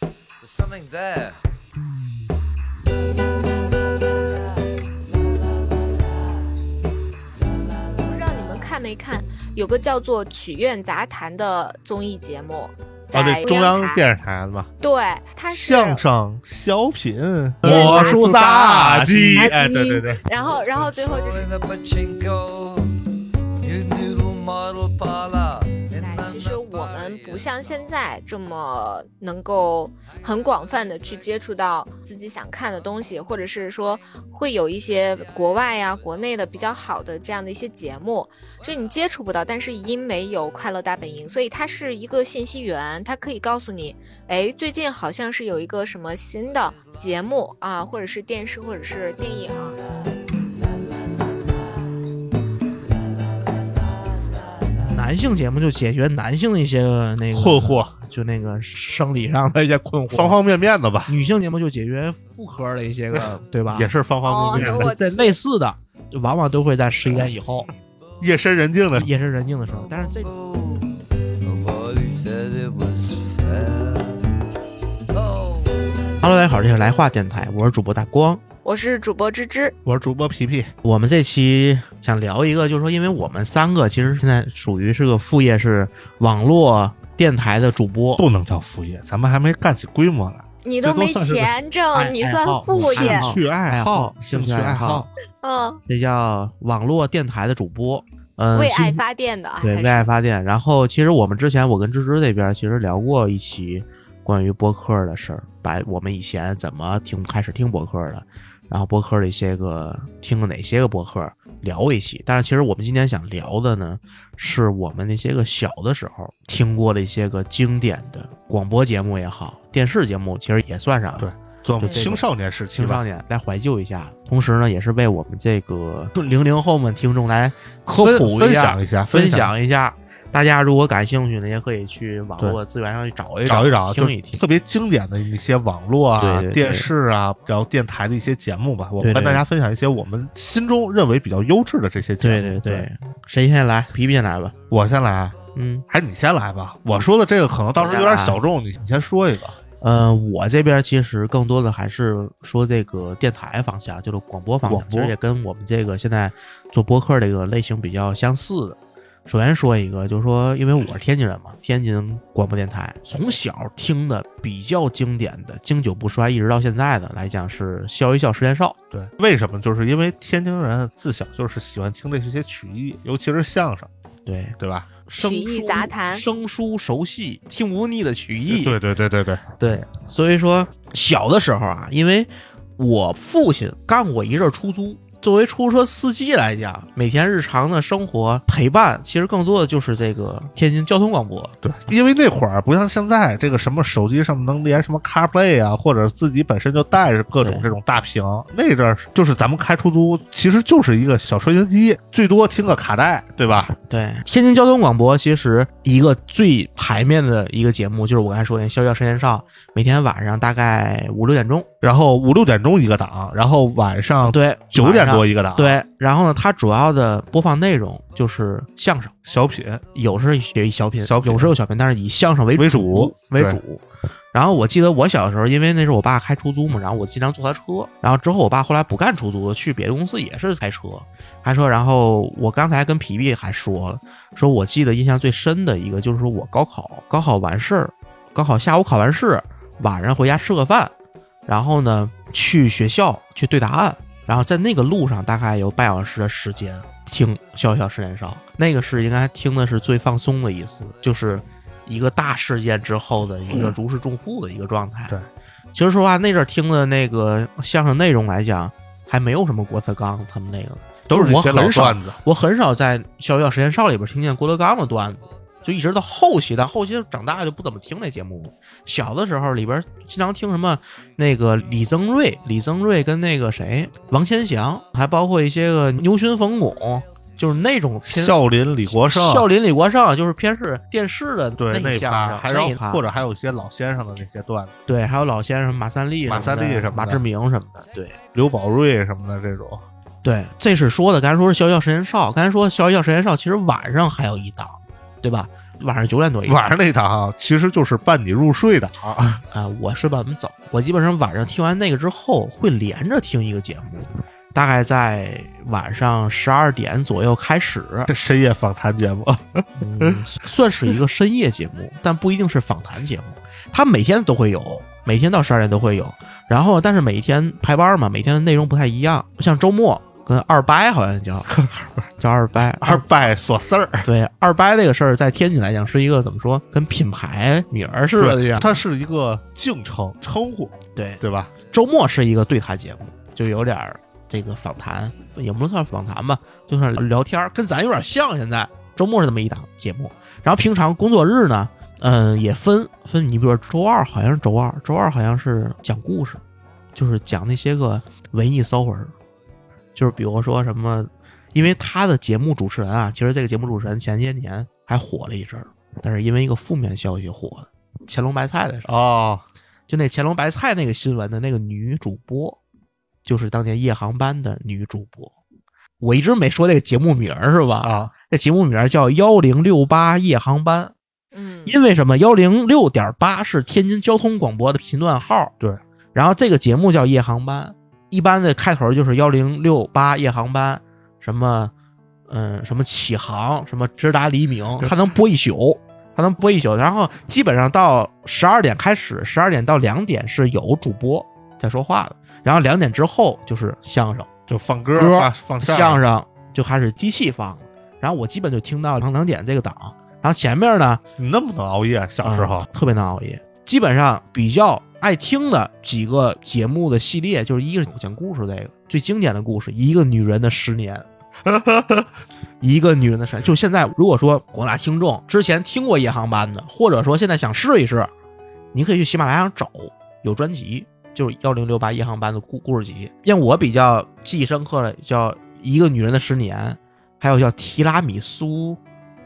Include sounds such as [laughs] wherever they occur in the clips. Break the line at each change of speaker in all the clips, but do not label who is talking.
There's something there.
Q，不知道你们看没看，有个叫做《曲苑杂谈》的综艺节目，在
啊，对，中央
台，
电视台的吧？
对，它是
相声、小品、嗯
我
是
妲己
哎，对对对，
然后，然后最后就是
Controlling the pachinko, new noodle model parlor.
哎
And，
其实我们不像现在这么能够很广泛的去接触到自己想看的东西，或者是说会有一些国外呀、国内的比较好的这样的一些节目，就你接触不到。但是因为有《快乐大本营》，所以它是一个信息源，它可以告诉你，哎，最近好像是有一个什么新的节目啊，或者是电视，或者是电影。
男性节目就解决男性的一些那个
困，惑，
就那个生理上的一些困惑。
方方面面的吧，
女性节目就解决妇科的一些 [laughs] 个，对吧？
也是方方面面
哦
的。
我
这类似的，往往都会在十一点以后，
夜深人静的，
夜深人静的时候。但是这
Nobody said it was fair. Oh.
Hello，大家好，这是来话电台，我是主播大光。
我是主播芝芝，
我是主播皮皮，
我们这期想聊一个，就是说，因为我们三个其实现在属于是个副业，是网络电台的主播。
不能叫副业，咱们还没干起规模来。
你
这
都
都
没
算是个
钱挣，
爱
哦你
爱
算
好
副
兴
业，
趣
爱
爱好
兴
兴
趣
趣
爱
爱
好
好，
嗯。
这叫网络电台的主播，嗯、
为
其
爱
实
发电的啊，
对
还
为爱发电。然后其实我们之前我跟芝芝那边其实聊过一期关于播客的事儿，把我们以前怎么听开始听播客的，然后播客的一些个听了哪些个播客聊过一期。但是其实我们今天想聊的呢，是我们那些个小的时候听过的一些个经典的广播节目也好，电视节目其实也算上了。
对做我们
对对
青少年时期
青
吧
少。年来怀旧一下，同时呢，也是为我们这个零零后们听众来科普
分
一下
享、一下，
啊分
分享
享一下。大家如果感兴趣呢，也可以去网络资源上去哎找一
找一找，
听
就
一
是
听。
特别经典的一些网络
对
啊
对、对
电视啊，然后电台的一些节目吧。我们
对对
跟大家分享一些我们心中认为比较优质的这些节
对
目。
对对，谁先来？皮皮先来吧。
我先来啊，
嗯，
还是你先来吧。我说的这个可能到时候有点小众，你你先说一个。
呃，我这边其实更多的还是说这个电台方向，就是广播方向
广，播
其实也跟我们这个现在做播客这个类型比较相似的。首先说一个，就是说，因为我是天津人嘛，天津广播电台从小听的比较经典的、经久不衰，一直到现在的来讲是《笑一笑十年少》。
对，为什么？就是因为天津人自小就是喜欢听这些曲艺，尤其是相声，
对，
对吧？
生
艺
疏
杂谈
生疏熟悉，听不腻的曲艺。
对对对对对，
对，所以说小的时候啊，因为我父亲干过一阵儿出租，作为出租车司机来讲，每天日常的生活陪伴，其实更多的就是这个天津交通广播。
对，因为那会儿不像现在，这个什么手机上能连什么 CarPlay 啊，或者自己本身就带着各种
对
这种大屏。那阵儿就是咱们开出租，其实就是一个小收音机，最多听个卡带，对吧？
对，天津交通广播其实一个最排面的一个节目，就是我刚才说的《笑笑十年少》，每天晚上大概五六点钟，
然后五六点钟一个档，然后晚上
对，
九点
晚上
多。一个档，，
对，然后呢，它主要的播放内容就是相声，
小品
有时候也以小品，
小品
有时候有小品，但是以相声为
为主
为
对
主。然后我记得我小时候，因为那时候我爸开出租嘛，然后我经常坐他车。然后之后我爸后来不干出租了，去别的公司也是开车，开车。然后我刚才跟皮皮还说了，说我记得印象最深的一个就是我高考，高考完事儿，高考下午考完试，晚上回家吃个饭，然后呢去学校去对答案，然后在那个路上大概有半小时的时间听《笑笑十年少》，那个是应该听的是最放松的一次，就是一个大事件之后的一个如释重负的一个状态。
对，
其实说实话，那阵儿听的那个相声内容来讲，还没有什么郭德纲他们那个，
都是一
我
些老
很少
段子。
我很少在《逍遥实验少》里边听见郭德纲的段子，就一直到后期，但后期长大就不怎么听那节目了。小的时候里边经常听什么那个李增瑞、李增瑞跟那个谁王千祥，还包括一些个牛群冯巩，就是那种偏
笑林李国盛，
笑林李国盛，就是偏是电视的
对
那
那
一相
趴，
声
还
那
有
一趴
或者还有一些老先生的那些段子，
对，还有老先生马三立什么的、
马三立什么的
马志明什么的，对。
刘宝瑞什么的这种。
对，这是说的，刚才说是《逍遥实验少》，刚才说《逍遥实验少》，其实晚上还有一档，对吧？晚上九点多一
晚上那档啊其实就是伴你入睡的啊，
啊、我是晚早，我基本上晚上听完那个之后会连着听一个节目，大概在晚上十二点左右
[laughs]
开始，
这 [laughs] 深夜访谈节目，
嗯，算是一个深夜节目，但不一定是访谈节目。它每天都会有，每天到十二点都会有。然后，但是每一天排班嘛，每天的内容不太一样。像周末跟二掰好
[laughs]
像叫叫二掰
二拜索四儿，
对二掰这个事儿，在天津来讲是一个怎么说，跟品牌名儿似的这样。
它是一个敬称称呼，
对，
对吧？
周末是一个对谈节目，就有点儿这个访谈，也不能算访谈吧，就算聊天，儿，跟咱有点像。现在周末是这么一档节目，然后平常工作日呢，嗯，也分分，你比如说周二好像是周二，周二好像是讲故事，就是讲那些个文艺骚文儿，就是比如说什么，因为他的节目主持人啊，其实这个节目主持人前些年还火了一阵儿，但是因为一个负面消息火的，乾隆白菜的事儿。
哦，
就那乾隆白菜那个新闻的那个女主播，就是当年夜航班的女主播。我一直没说这个节目名儿是吧？
啊，
那节目名儿叫幺零六八夜航班，
嗯，
因为什么？幺零六点八是天津交通广播的频段号，
对。
然后这个节目叫夜航班，一般的开头就是幺零六八夜航班，什么，嗯，什么起航，什么直达黎明，它能播一宿，它能播一宿。然后基本上到十二点开始，十二点到两点是有主播在说话的，然后两点之后就是相声。
就放歌
歌
放放相
相声就开始机器放，然后我基本就听到两两点这个档，然后前面呢
你那么能熬夜？小时候
嗯特别能熬夜，基本上比较爱听的几个节目的系列，就是一个是讲故事这个最经典的故事，一个女人的十
[laughs]
年。一个女人的十年，就现在，如果说广大听众之前听过夜航班的，或者说现在想试一试，你可以去喜马拉雅上找有专辑，就是幺零六八夜航班的故故事集。让我比较记忆深刻的叫《一个女人的十年》，还有叫《提拉米苏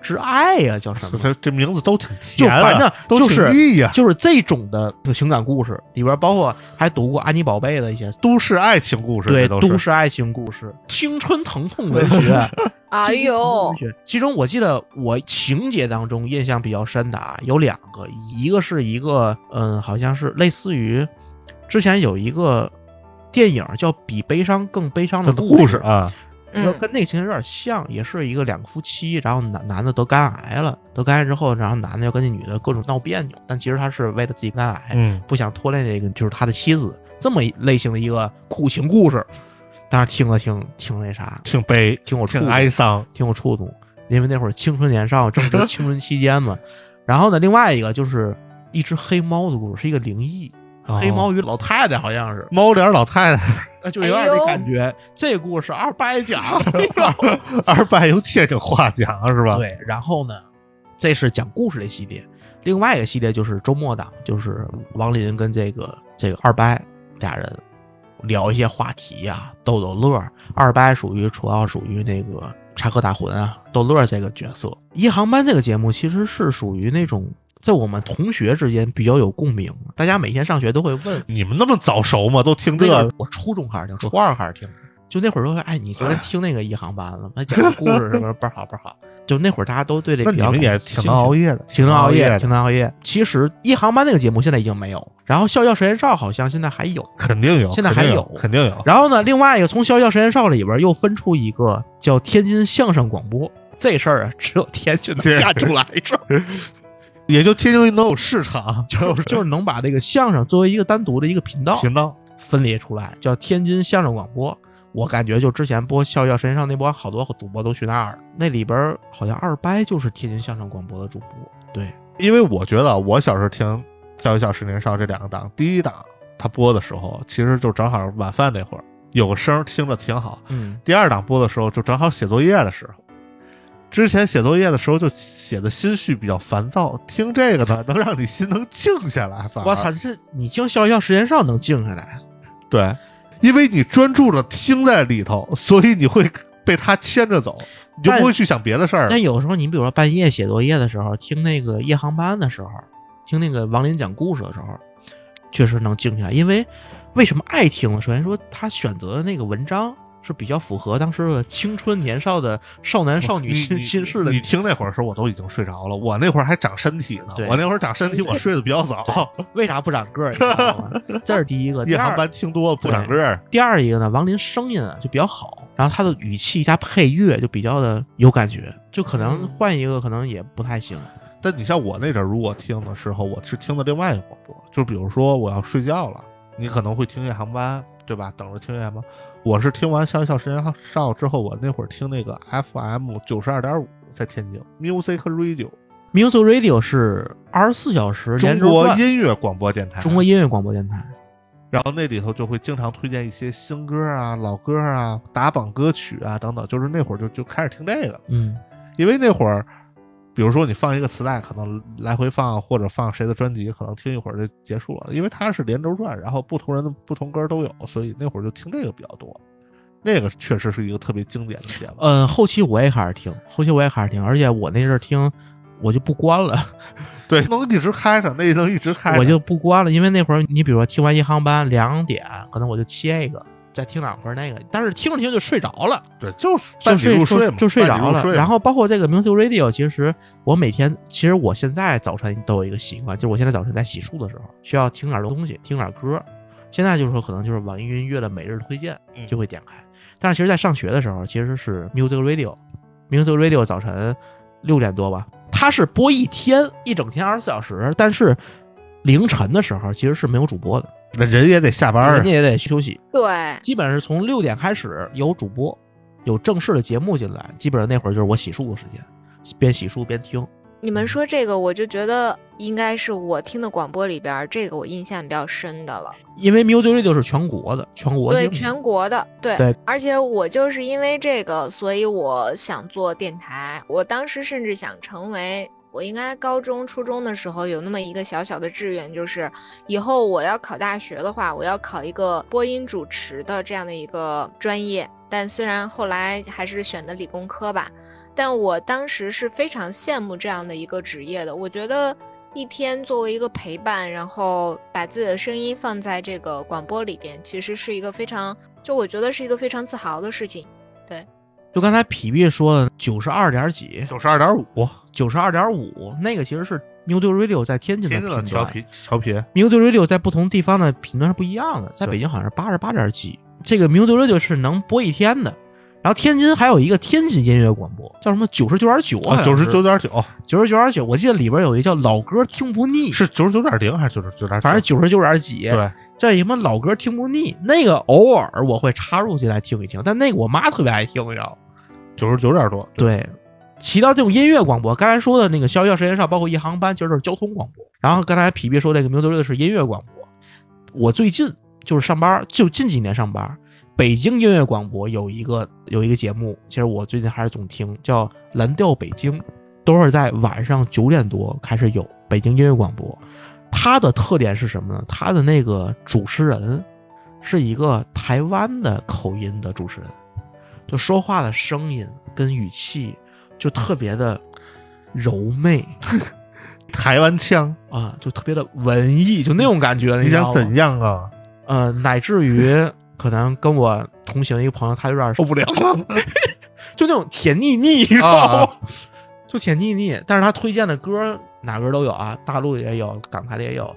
之爱》呀，叫什么？
这这名字都挺甜
就反
啊
正，
都
就
挺
是
意呀。
就是这种的情感故事里边，包括还读过《安妮宝贝》的一些
都市爱情故事，这
对
都
都
是
市爱情故事、青春疼痛文
[laughs]
学。
哎呦，，
其中我记得我情节当中印象比较深的啊有两个，一个是一个嗯，好像是类似于之前有一个电影叫《比悲伤更悲伤的
这故
事
事》啊，
就
嗯
跟那个情节有点像，也是一个两个夫妻，然后男男的得肝癌了，得肝癌之后，然后男的要跟那女的各种闹别扭，但其实他是为了自己肝癌，
嗯，
不想拖累那个就是他的妻子，这么一类型的一个苦情故事。当时听了听听那啥，
挺悲，
听我触
挺
动，
哀伤，
挺有触动，因为那会儿青春年
[laughs]
少，正值青春期间嘛。然后呢，另外一个就是一只黑猫的故事，是一个灵异。
哦
黑猫与老太太好像是，
猫脸老太太， [laughs]
呃就有点那
哎呦
感觉。这个故事二
[laughs]
掰讲，你知道吗
二拜由天津话讲是吧？
对，然后呢，这是讲故事的系列，另外一个系列就是周末档，就是王林跟这个这个二掰俩人聊一些话题呀、逗逗乐儿。二掰属于主要属于那个插科打诨啊，逗乐儿这个角色。一航班这个节目其实是属于那种在我们同学之间比较有共鸣，大家每天上学都会问。
你们那么早熟吗？都听这
那
个
个我初中开始听，初二开始听，就那会儿说，哎，你昨天听那个一航班了吗？讲的故事什么倍儿好倍儿好。就那会儿大家都对这
那
比
你
较
们也
感兴
挺
趣
能熬夜的，
挺能熬夜，
的
挺能熬夜。其实一航班那个节目现在已经没有，然后《笑笑实验少》好像现在还有。
肯定有，
现在
肯定
还
有
有，
肯定有。
然后呢，另外一个从《笑笑实验少》里边又分出一个叫天津相声广播，这事儿啊只有天津能
对
干出来，是吧
[laughs] 也就天津能有市场，
就是就是能把这个相声作为一个单独的一个频道
频道
分裂出来，叫天津相声广播。我感觉就之前播《笑笑实验少》那波，好多主播都去那儿，那里边好像二掰就是天津相声广播的主播，对，
因为我觉得啊我小时候听《笑一笑十年少》这两个档，第一档它播的时候，其实就正好晚饭那会儿有个声儿听着挺好。
嗯，
第二档播的时候，就正好写作业的时候。之前写作业的时候就写的心绪比较烦躁，听这个呢能让你心能静下来。反而
我操，，这你听《笑笑实验少》能静下来。
对，因为你专注的听在里头，所以你会被它牵着走，你就
但
不会去想别的事儿了
但。有时候你比如说半夜写作业的时候，听那个夜航班的时候，听那个王林讲故事的时候，确实能静下来。因为为什么爱听呢？首先说他选择的那个文章是比较符合当时的青春年少的少男 [laughs] 少女
你
心
你
心事的
你听那会儿的时候，我都已经睡着了。我那会儿还长身体呢
对，
我那会儿长身体，我睡得比较早。
为啥不长个儿？你知道吗？
[laughs]
这是第一个。第
夜航
二，
班听多了不长个儿，
第二一个呢，王林声音啊就比较好，然后他的语气加配乐就比较的有感觉，就可能
嗯
换一个可能也不太行。
但你像我那阵儿，如果听的时候，我是听的另外一个广播，就比如说我要睡觉了，你可能会听夜航班，对吧？等着听夜航班。我是听完《笑一笑时间少》之后，我那会儿听那个 FM 九十二点五，在天津 Music Radio，
Music Radio 是二十四小时连
中
轴
国
转
音乐广播电台。
中国音乐广播电台。
然后那里头就会经常推荐一些新歌啊、老歌啊、打榜歌曲啊等等，就是那会儿就就开始听这个了，
嗯，
因为那会儿，比如说你放一个磁带，可能来回放或者放谁的专辑，可能听一会儿就结束了，因为它是连轴转，然后不同人的不同歌都有，所以那会儿就听这个比较多。那个确实是一个特别经典的节目，
呃，后期我也开始听，后期我也开始听，而且我那阵儿听，我就不关了，
对，能一直开着，那能一直开着。
我就不关了，因为那会儿你比如说听完一航班两点，可能我就切一个，再听两会儿那个，但是听着听着就睡着了，
对，就是
就
伴你
睡
入
就
睡嘛，
就睡
伴你
着
入
了。
睡嘛
然后包括这个 Music Radio，其实我每天，其实我现在早晨都有一个习惯，就是我现在早晨在洗漱的时候需要听点东西，听点歌。现在就是说可能就是网易云音乐的每日推荐
嗯
就会点开，但是其实，在上学的时候其实是 Music Radio，Music Radio 早晨六点多吧，它是播一天一整天二十四小时，但是凌晨的时候其实是没有主播的，
那人也得下班
人
儿
家，也得休息。
对，
基本上是从六点开始有主播，有正式的节目进来，基本上那会儿就是我洗漱的时间，边洗漱边听。
你们说这个，我就觉得应该是我听的广播里边儿这个我印象比较深的了。
因为 Music Radio 是全国的，全国
对，
性的
全国的，对，
对
而且我就是因为这个，所以我想做电台。我当时甚至想成为，我应该高中、初中的时候有那么一个小小的志愿，就是以后我要考大学的话，我要考一个播音主持的这样的一个专业。但虽然后来还是选的理工科吧，但我当时是非常羡慕这样的一个职业的。我觉得一天作为一个陪伴，然后把自己的声音放在这个广播里边，其实是一个非常，就我觉得是一个非常自豪的事情。
就刚才皮皮说的九十二点几，
九十二点五，
九十二点五，那个其实是 Music Radio 在天津的
天
频
津的
段。
调皮调皮，
Music Radio 在不同地方的频段是不一样的，在北京好像是八十八点几，这个 Music Radio 是能播一天的。然后天津还有一个天津音乐广播，叫什么九十九点九，
啊
啊
九十九点九
九十九点九，我记得里边有一叫老歌听不腻，
是九十九点零还是九十九点？
反正九十九点几，
对，
这什么老歌听不腻，那个偶尔我会插入进来听一听，但那个我妈特别爱听，你知道吗？
九十九点多。
对，提到这种音乐广播，刚才说的那个《逍遥时间上》，包括一航班，其实就是交通广播。然后刚才皮皮说那个 Music Radio 是音乐广播。我最近就是上班，就近几年上班，北京音乐广播有一个有一个节目，其实我最近还是总听，叫《蓝调北京》，都是在晚上九点多开始有北京音乐广播。它的特点是什么呢？它的那个主持人是一个台湾的口音的主持人，就说话的声音跟语气就特别的柔媚
台湾腔，
啊，就特别的文艺，就那种感觉，
你
知
想
道
怎
吗？
样啊？
呃，乃至于可能跟我同行一个朋友，他有点受
[laughs]
不了，就那种甜腻腻，你知
啊
道吗？就甜腻腻，但是他推荐的歌哪歌都有啊，大陆的也有，港台的也有，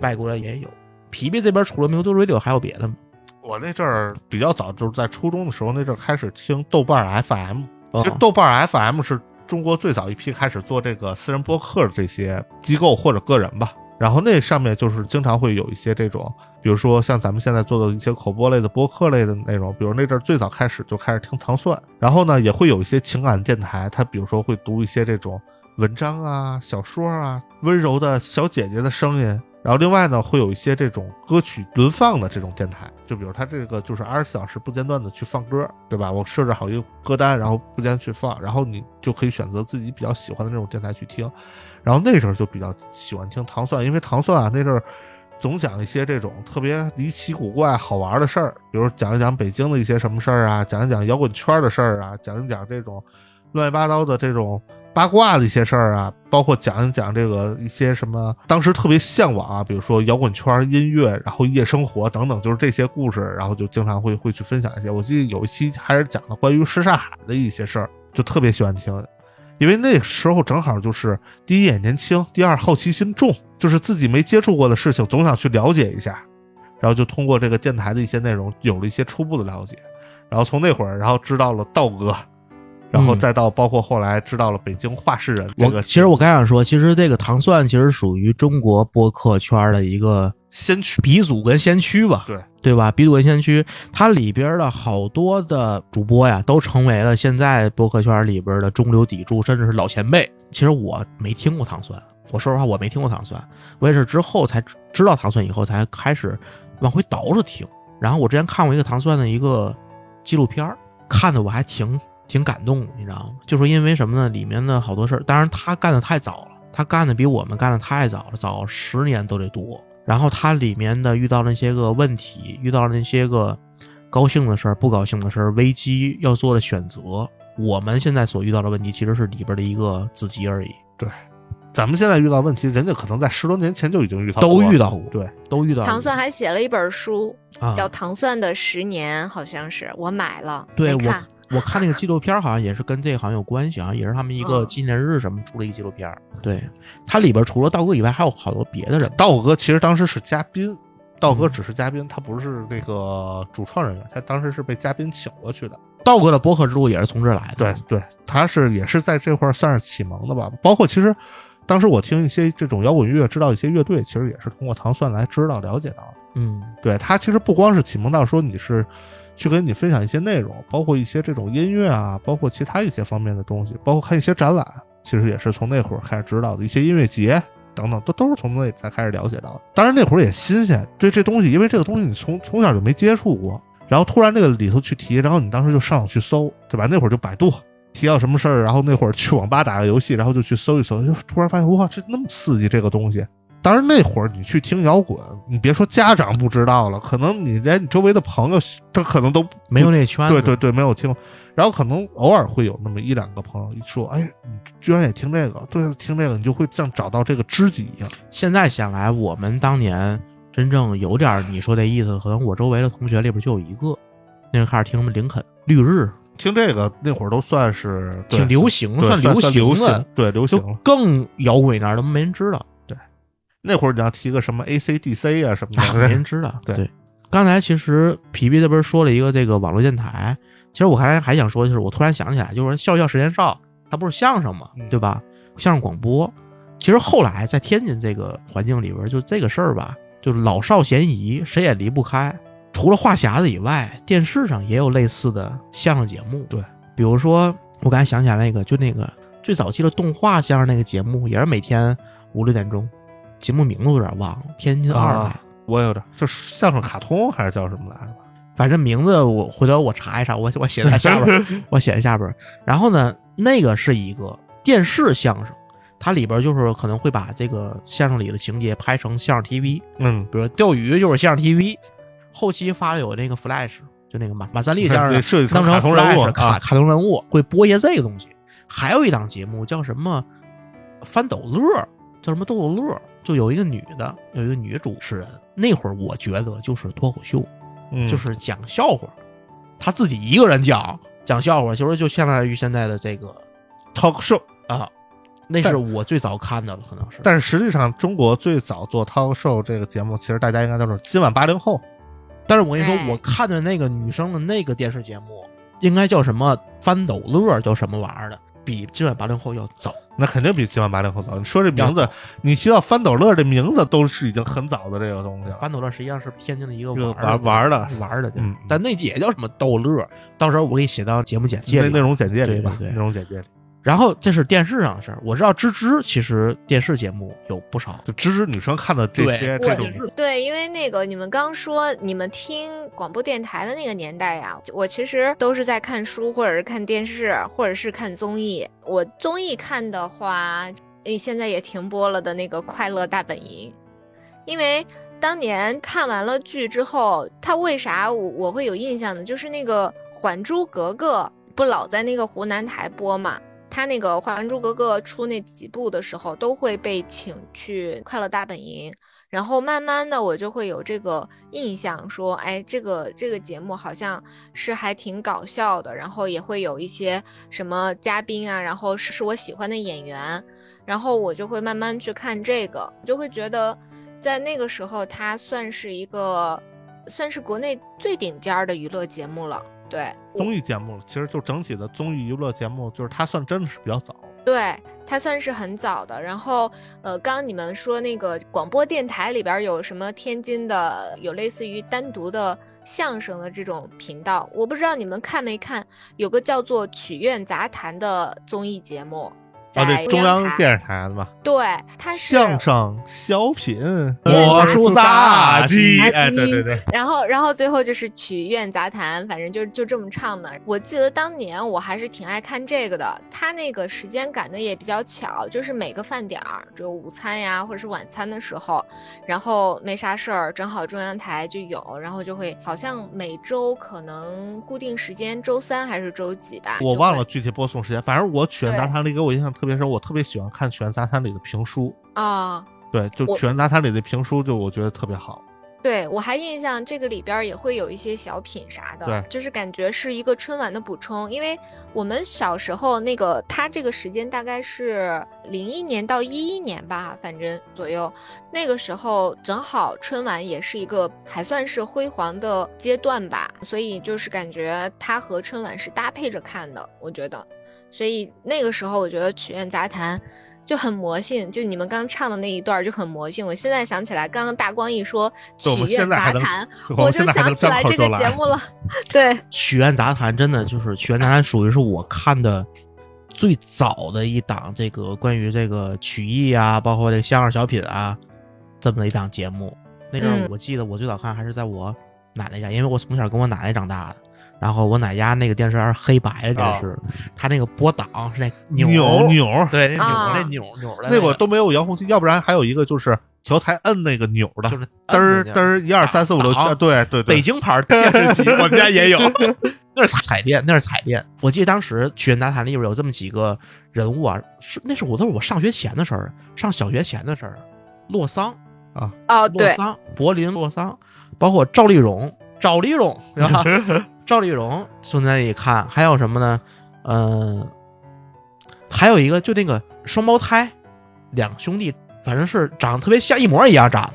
外国的也有。皮皮这边除了 Music Radio 还有别的吗？
我那阵儿比较早，就是在初中的时候，那阵儿开始听豆瓣儿 FM。
哦
其实豆瓣儿 FM 是中国最早一批开始做这个私人播客的这些机构或者个人吧。然后那上面就是经常会有一些这种，比如说像咱们现在做的一些口播类的、播客类的内容，比如那阵儿最早开始就开始听糖蒜，然后呢也会有一些情感电台，它比如说会读一些这种文章啊、小说啊，温柔的小姐姐的声音。然后另外呢，会有一些这种歌曲轮放的这种电台，就比如它这个就是二十四小时不间断的去放歌，对吧？我设置好一个歌单，然后不间去放，然后你就可以选择自己比较喜欢的那种电台去听。然后那阵儿就比较喜欢听糖蒜，因为糖蒜啊那阵儿总讲一些这种特别离奇古怪、好玩的事儿，比如讲一讲北京的一些什么事儿啊，讲一讲摇滚圈的事儿啊，讲一讲这种乱七八糟的这种八卦的一些事儿啊，包括讲一讲这个一些什么当时特别向往啊，比如说摇滚圈、音乐，然后夜生活等等，就是这些故事，然后就经常会会去分享一些。我记得有一期还是讲的关于什刹海的一些事儿，就特别喜欢听，因为那时候正好就是第一眼年轻，第二好奇心重，就是自己没接触过的事情总想去了解一下，然后就通过这个电台的一些内容有了一些初步的了解，然后从那会儿，然后知道了道哥。然后
嗯
再到包括后来知道了北京画室人这
我
个
其实我刚想说，其实这个糖蒜其实属于中国播客圈的一个
先驱，
鼻祖跟先驱吧，
对
对吧？鼻祖跟先驱，它里边的好多的主播呀，都成为了现在播客圈里边的中流砥柱，甚至是老前辈。其实我没听过糖蒜，我说实话，我没听过糖蒜，我也是之后才知知道糖蒜，以后才开始往回倒着听。然后我之前看过一个糖蒜的一个纪录片儿，看的我还挺挺感动的，你知道吗？就说因为什么呢？里面的好多事儿，当然他干的太早了，他干的比我们干的太早了，早十年都得多。然后他里面的遇到那些个问题，遇到那些个高兴的事儿、不高兴的事儿、危机要做的选择，我们现在所遇到的问题其实是里边的一个子集而已，
咱们现在遇到问题，人家可能在十多年前就已经遇到
都
过了
遇到过，
对，
都遇到过
糖蒜还写了一本书，
啊，
叫《糖蒜的十年》，好像是我买了，
对
没
我
看。
我看那个纪录片儿好像也是跟这个好像有关系，好像啊也是他们一个
嗯
纪念日什么出了一个纪录片儿。对，它里边除了道哥以外，还有好多别的人。
道哥其实当时是嘉宾，道哥
嗯
只是嘉宾，他不是那个主创人员，他当时是被嘉宾请过去的。
道哥的播客之路也是从这儿来的。
对对，他是也是在这块儿算是启蒙的吧。包括其实当时我听一些这种摇滚乐，知道一些乐队，其实也是通过糖蒜来知道了解到的。
嗯，
对他其实不光是启蒙到说你是去跟你分享一些内容，包括一些这种音乐啊，包括其他一些方面的东西，包括看一些展览，其实也是从那会儿开始知道的一些音乐节等等，都都是从那才开始了解到的。当然那会儿也新鲜，对这东西，因为这个东西你从从小就没接触过，然后突然这个里头去提，然后你当时就上网去搜，对吧？那会儿就百度。提到什么事儿，然后那会儿去网吧打个游戏，然后就去搜一搜，就突然发现哇，这那么刺激这个东西，当然那会儿你去听摇滚，你别说家长不知道了，可能你连你周围的朋友他可能都不
没有那圈子。
对对对没有听，然后可能偶尔会有那么一两个朋友一说，哎，你居然也听这个，对，听这个你就会像找到这个知己一样。
现在想来，我们当年真正有点儿你说这意思，可能我周围的同学里边就有一个，那时候开始听什么林肯、绿日，
听这个那会儿都算是对
挺流行，
对算
流
算
行
流
的
行，，对流
就
行了。
更摇滚一点儿都没人知道。
那会儿你要提个什么 AC/DC 啊什么
啊，
的，
没人知道。
对
刚才其实皮皮这边说了一个这个网络电台，其实我刚才还想说，就是我突然想起来，就是笑笑十年少，它不是相声嘛，
嗯
对吧？相声广播，其实后来在天津这个环境里边，就这个事儿吧，就是老少咸宜，谁也离不开。除了话匣子以外，电视上也有类似的相声节目。
对，
比如说我刚才想起来那个，就那个最早期的动画相声那个节目，也是每天五六点钟，节目名字我有点忘了，天津二台。
啊 [laughs] 我有点就是相声卡通还是叫什么来着吧？
反正名字我回头我查一查，我我写在下
[laughs]
边儿，我写在下边儿。然后呢，那个是一个电视相声，它里边儿就是可能会把这个相声里的情节拍成相声 TV，
嗯，
比如钓鱼就是相声 TV，后期发的有那个 Flash，就那个马马三立相
对设
声
计
弄
卡通人
Flash，
物
卡
啊，
卡通人物会播一些这个东西。还有一档节目叫什么翻斗乐儿，叫什么逗逗乐儿，就有一个女的，有一个女主持人。那会儿我觉得就是脱口秀。
嗯
就是讲笑话，他自己一个人讲讲笑话，其实就相当于现在的这个
talk show。
啊，那
但
是我最早看到的，可能是
但是实际上，中国最早做 talk show 这个节目，其实大家应该都是今晚八零后。
但是我跟你
哎
说，我看的那个女生的那个电视节目，应该叫什么翻斗乐儿，叫什么玩意儿的，比今晚八零后要早。
那肯定比今晚八零后早。你说这名字，你提到翻斗乐这名字，都是已经很早的这个东西了。
翻斗乐实际上是天津的一个
啊这个
玩儿
玩玩儿的
玩儿的地儿，
嗯嗯
但那也叫什么逗乐儿，到时候我给你写到节目简介
那
里。
内容简介里吧，
对对对
内容简介里，
然后这是电视上的事儿，我知道芝芝其实电视节目有不少，
就知识女生看的这些
对
这
我
种
也，对，因为那个你们刚说你们听广播电台的那个年代呀，我其实都是在看书，或者是看电视，或者是看综艺。我综艺看的话，诶，现在也停播了的那个《快乐大本营》，因为当年看完了剧之后，它为啥我我会有印象呢？就是那个《还珠格格》不老在那个湖南台播嘛，他那个《还珠格格》出那几部的时候，都会被请去《快乐大本营》，然后慢慢的我就会有这个印象，说，哎，这个这个节目好像是还挺搞笑的，然后也会有一些什么嘉宾啊，然后是是我喜欢的演员，然后我就会慢慢去看这个，就会觉得在那个时候，它算是一个算是国内最顶尖儿的娱乐节目了，对。
综艺节目其实就整体的综艺娱乐节目，就是它算真的是比较早。
对，它算是很早的。然后，呃，刚刚你们说那个广播电台里边儿有什么天津的，有类似于单独的相声的这种频道，我不知道你们看没看，有个叫做《曲苑杂谈》的综艺节目，
啊，
在
对，中央
台。
电视台的嘛，
对，它是
相声、小品、呃
魔术杂技
技，哎，对对对，
然后，然后最后就是曲苑杂谈，反正就就这么唱的。我记得当年我还是挺爱看这个的，它那个时间赶的也比较巧，就是每个饭点儿，就午餐呀或者是晚餐的时候，然后没啥事儿，正好中央台就有，然后就会好像每周可能固定时间，周三还是周几吧，
我
就
忘
会
了具体播送时间，反正我《曲苑
对
杂谈》里给我印象特别深，我特别喜欢看《曲苑杂谈》里的评书，
啊、
对，就
我
《曲苑杂谈》里的评书，就我觉得特别好。
对，我还印象这个里边儿也会有一些小品啥的
对，
就是感觉是一个春晚的补充。因为我们小时候那个，它这个时间大概是零一年到一一年吧，反正左右。那个时候正好春晚也是一个还算是辉煌的阶段吧，所以就是感觉它和春晚是搭配着看的，我觉得。所以那个时候我觉得《曲苑杂谈》就很魔性，就你们刚唱的那一段就很魔性。我现在想起来，刚刚大光一说《
对，我
曲
们
苑
现在
杂
还能
谈》，，
我们
就
现在还
想
能
起来
张口
这
就
个
来
节目了。 [laughs] 对，
曲苑杂谈真的就是曲苑杂谈，属于是我看的最早的一档这个关于这个曲艺啊，包括这个相声小品啊这么的一档节目。那阵儿
嗯
我记得我最早看还是在我奶奶家，因为我从小跟我奶奶长大的。然后我奶家那个电视还是黑白的电视，它那个播档是那扭
哦扭扭，
对，那扭、
啊
那扭扭的
那
个
会儿都没有遥控器，要不然还有一个就是调台摁那个钮的
就，是
嘚儿嘚儿，一二三四五六七，
打
对
[laughs]
对
北
对，
京牌电视机，我们家也有。 [laughs] 那是彩电，那是彩电。我记得当时《曲苑杂谈》里边有这么几个人物啊，是那是我都是我上学前的事儿，上小学前的事儿。洛桑，
[laughs]
哦
洛
对，
桑，柏林洛桑，包括赵丽蓉，赵丽蓉，对 [laughs] 吧？赵丽蓉就在那里看，还有什么呢？嗯、还有一个就那个双胞胎，两兄弟，反正是长得特别像，一模一样长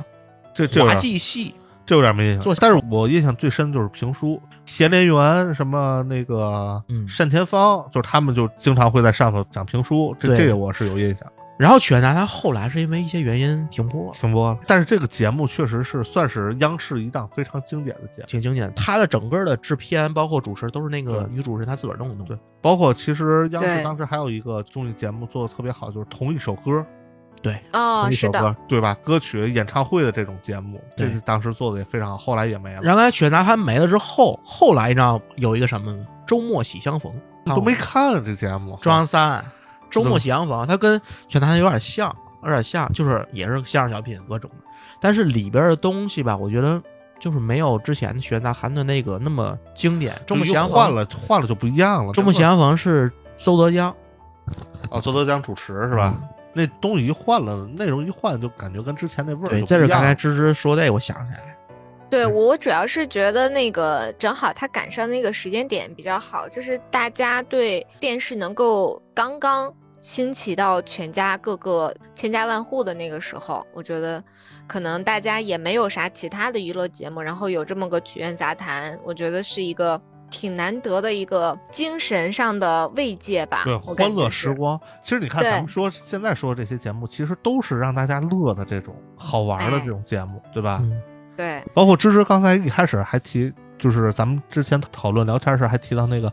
这这
得，
有
滑
点
稽戏。
这有点没印象
做。
但是我印象最深就是评书，田连元什么那个
嗯
单田芳，就是他们就经常会在上头讲评书，这
对
这个我是有印象，
然后《曲苑杂谈》后来是因为一些原因停播了。
停播了。但是这个节目确实是算是央视一档非常经典的节目。
挺经典的。他的整个的制片包括主持都是那个
对
女主持人她自个儿弄的。
嗯对，包括其实央视
对
当时还有一个综艺节目做的特别好，就是同一首歌，
哦
同一
是
首
的，
歌，对吧？歌曲演唱会的这种节目，这
对
是当时做的也非常好，后来也没了，
然后刚才曲苑杂谈没了之后，后来你知道有一个什么吗？周末喜相逢，
都没看这节目。
中央三，周末喜相逢，它跟曲苑杂谈有点像，有点像，就是也是相声小品各种的，但是里边的东西吧，我觉得就是没有之前的曲苑杂谈的那个那么经典。周
就
末
一
喜相
换
逢，
了，换了就不一样了。
周末喜相逢是周德江
哦，周德江主持是吧？？
嗯
那东西一换了，内容一换，就感觉跟之前那味儿
对，
就
这
不
是
一样
刚才
了
芝芝说这，我想起来，
对
嗯
我，我主要是觉得那个正好他赶上那个时间点比较好，就是大家对电视能够刚刚兴起到全家各个千家万户的那个时候，我觉得可能大家也没有啥其他的娱乐节目，然后有这么个曲苑杂谈，我觉得是一个挺难得的一个精神上的慰藉吧。
对
我感
欢
觉
乐
是
时光。其实你看，
对
咱们说现在说的这些节目，其实都是让大家乐的这种好玩
哎
的这种节目，对吧？
嗯，
对，
包括芝芝刚才一开始还提，就是咱们之前讨论聊天时还提到那个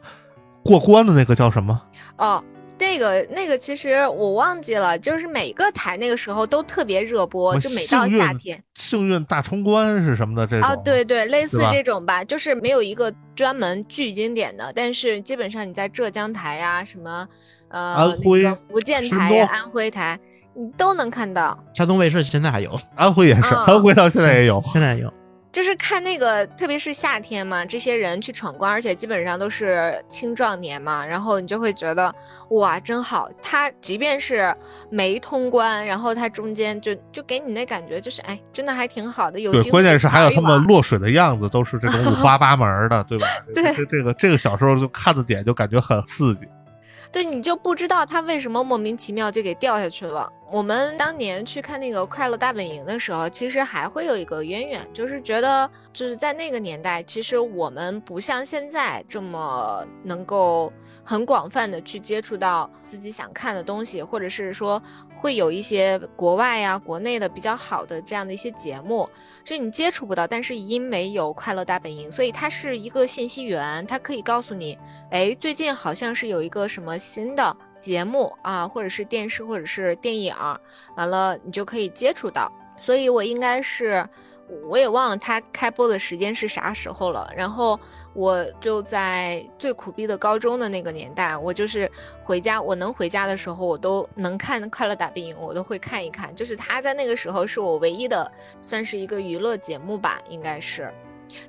过关的那个叫什么？
哦，那个那个，其实我忘记了，就是每个台那个时候都特别热播，
我
就每到
幸运
夏天
幸运大冲关是什么的这种？
啊，对对，类似
吧
这种吧，就是没有一个专门巨经典的，但是基本上你在浙江台呀、什么呃
安
那
徽
个福建
石
台呀、
墨
安徽台，你都能看到。
山东卫视现在还有，
安徽也是，
嗯
安徽到现在也有。
现在有。
就是看那个，特别是夏天嘛，这些人去闯关，而且基本上都是青壮年嘛，然后你就会觉得哇，真好。他即便是没通关，然后他中间就就给你那感觉就是，哎，真的还挺好的。有
对
机，会
关键是还有
玩一
他们
玩
落水的样子，都是这种五花八门儿的，对
[laughs]
吧？
对
这这个这个小时候就看的点就感觉很刺激。
对，你就不知道他为什么莫名其妙就给掉下去了。我们当年去看那个《快乐大本营》的时候，其实还会有一个渊源，就是觉得就是在那个年代，其实我们不像现在这么能够很广泛的去接触到自己想看的东西，或者是说会有一些国外呀、国内的比较好的这样的一些节目，所以你接触不到。但是因为有《快乐大本营》，所以它是一个信息源，它可以告诉你哎，最近好像是有一个什么新的节目啊，或者是电视，或者是电影儿，完了你就可以接触到。所以我应该是，我也忘了它开播的时间是啥时候了。然后我就在最苦逼的高中的那个年代，我就是回家，我能回家的时候，我都能看《快乐大本营》，我都会看一看。就是它在那个时候是我唯一的，算是一个娱乐节目吧，应该是。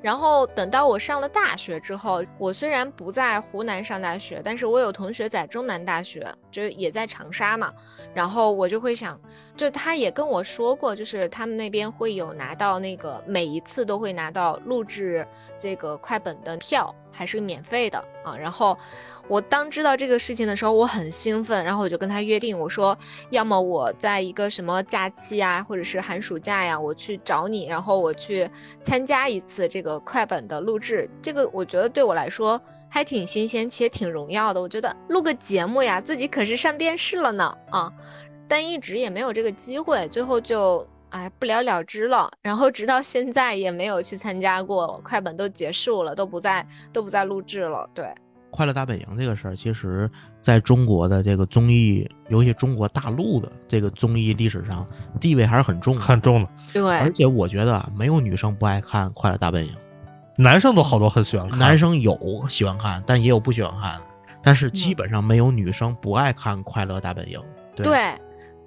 然后等到我上了大学之后，我虽然不在湖南上大学，但是我有同学在中南大学，就是也在长沙嘛。然后我就会想，就他也跟我说过，就是他们那边会有拿到那个每一次都会拿到录制这个快本的票，还是免费的啊。然后我当知道这个事情的时候，我很兴奋，然后我就跟他约定，我说要么我在一个什么假期啊，或者是寒暑假呀，我去找你，然后我去参加一次这个快本的录制。这个我觉得对我来说还挺新鲜且挺荣耀的。我觉得录个节目呀，自己可是上电视了呢啊，但一直也没有这个机会，最后就。哎，不了了之了。然后直到现在也没有去参加过，快本都结束了，都不再都不再录制了。对，
快乐大本营这个事儿，其实在中国的这个综艺，尤其中国大陆的这个综艺历史上地位还是很重的。
看中了，
而
对，
且我觉得啊，没有女生不爱看《快乐大本营
男生都好多很喜欢》，看，
男生有喜欢看，但也有不喜欢看的，但是基本上没有女生不爱看《快乐大本营》。对，
对，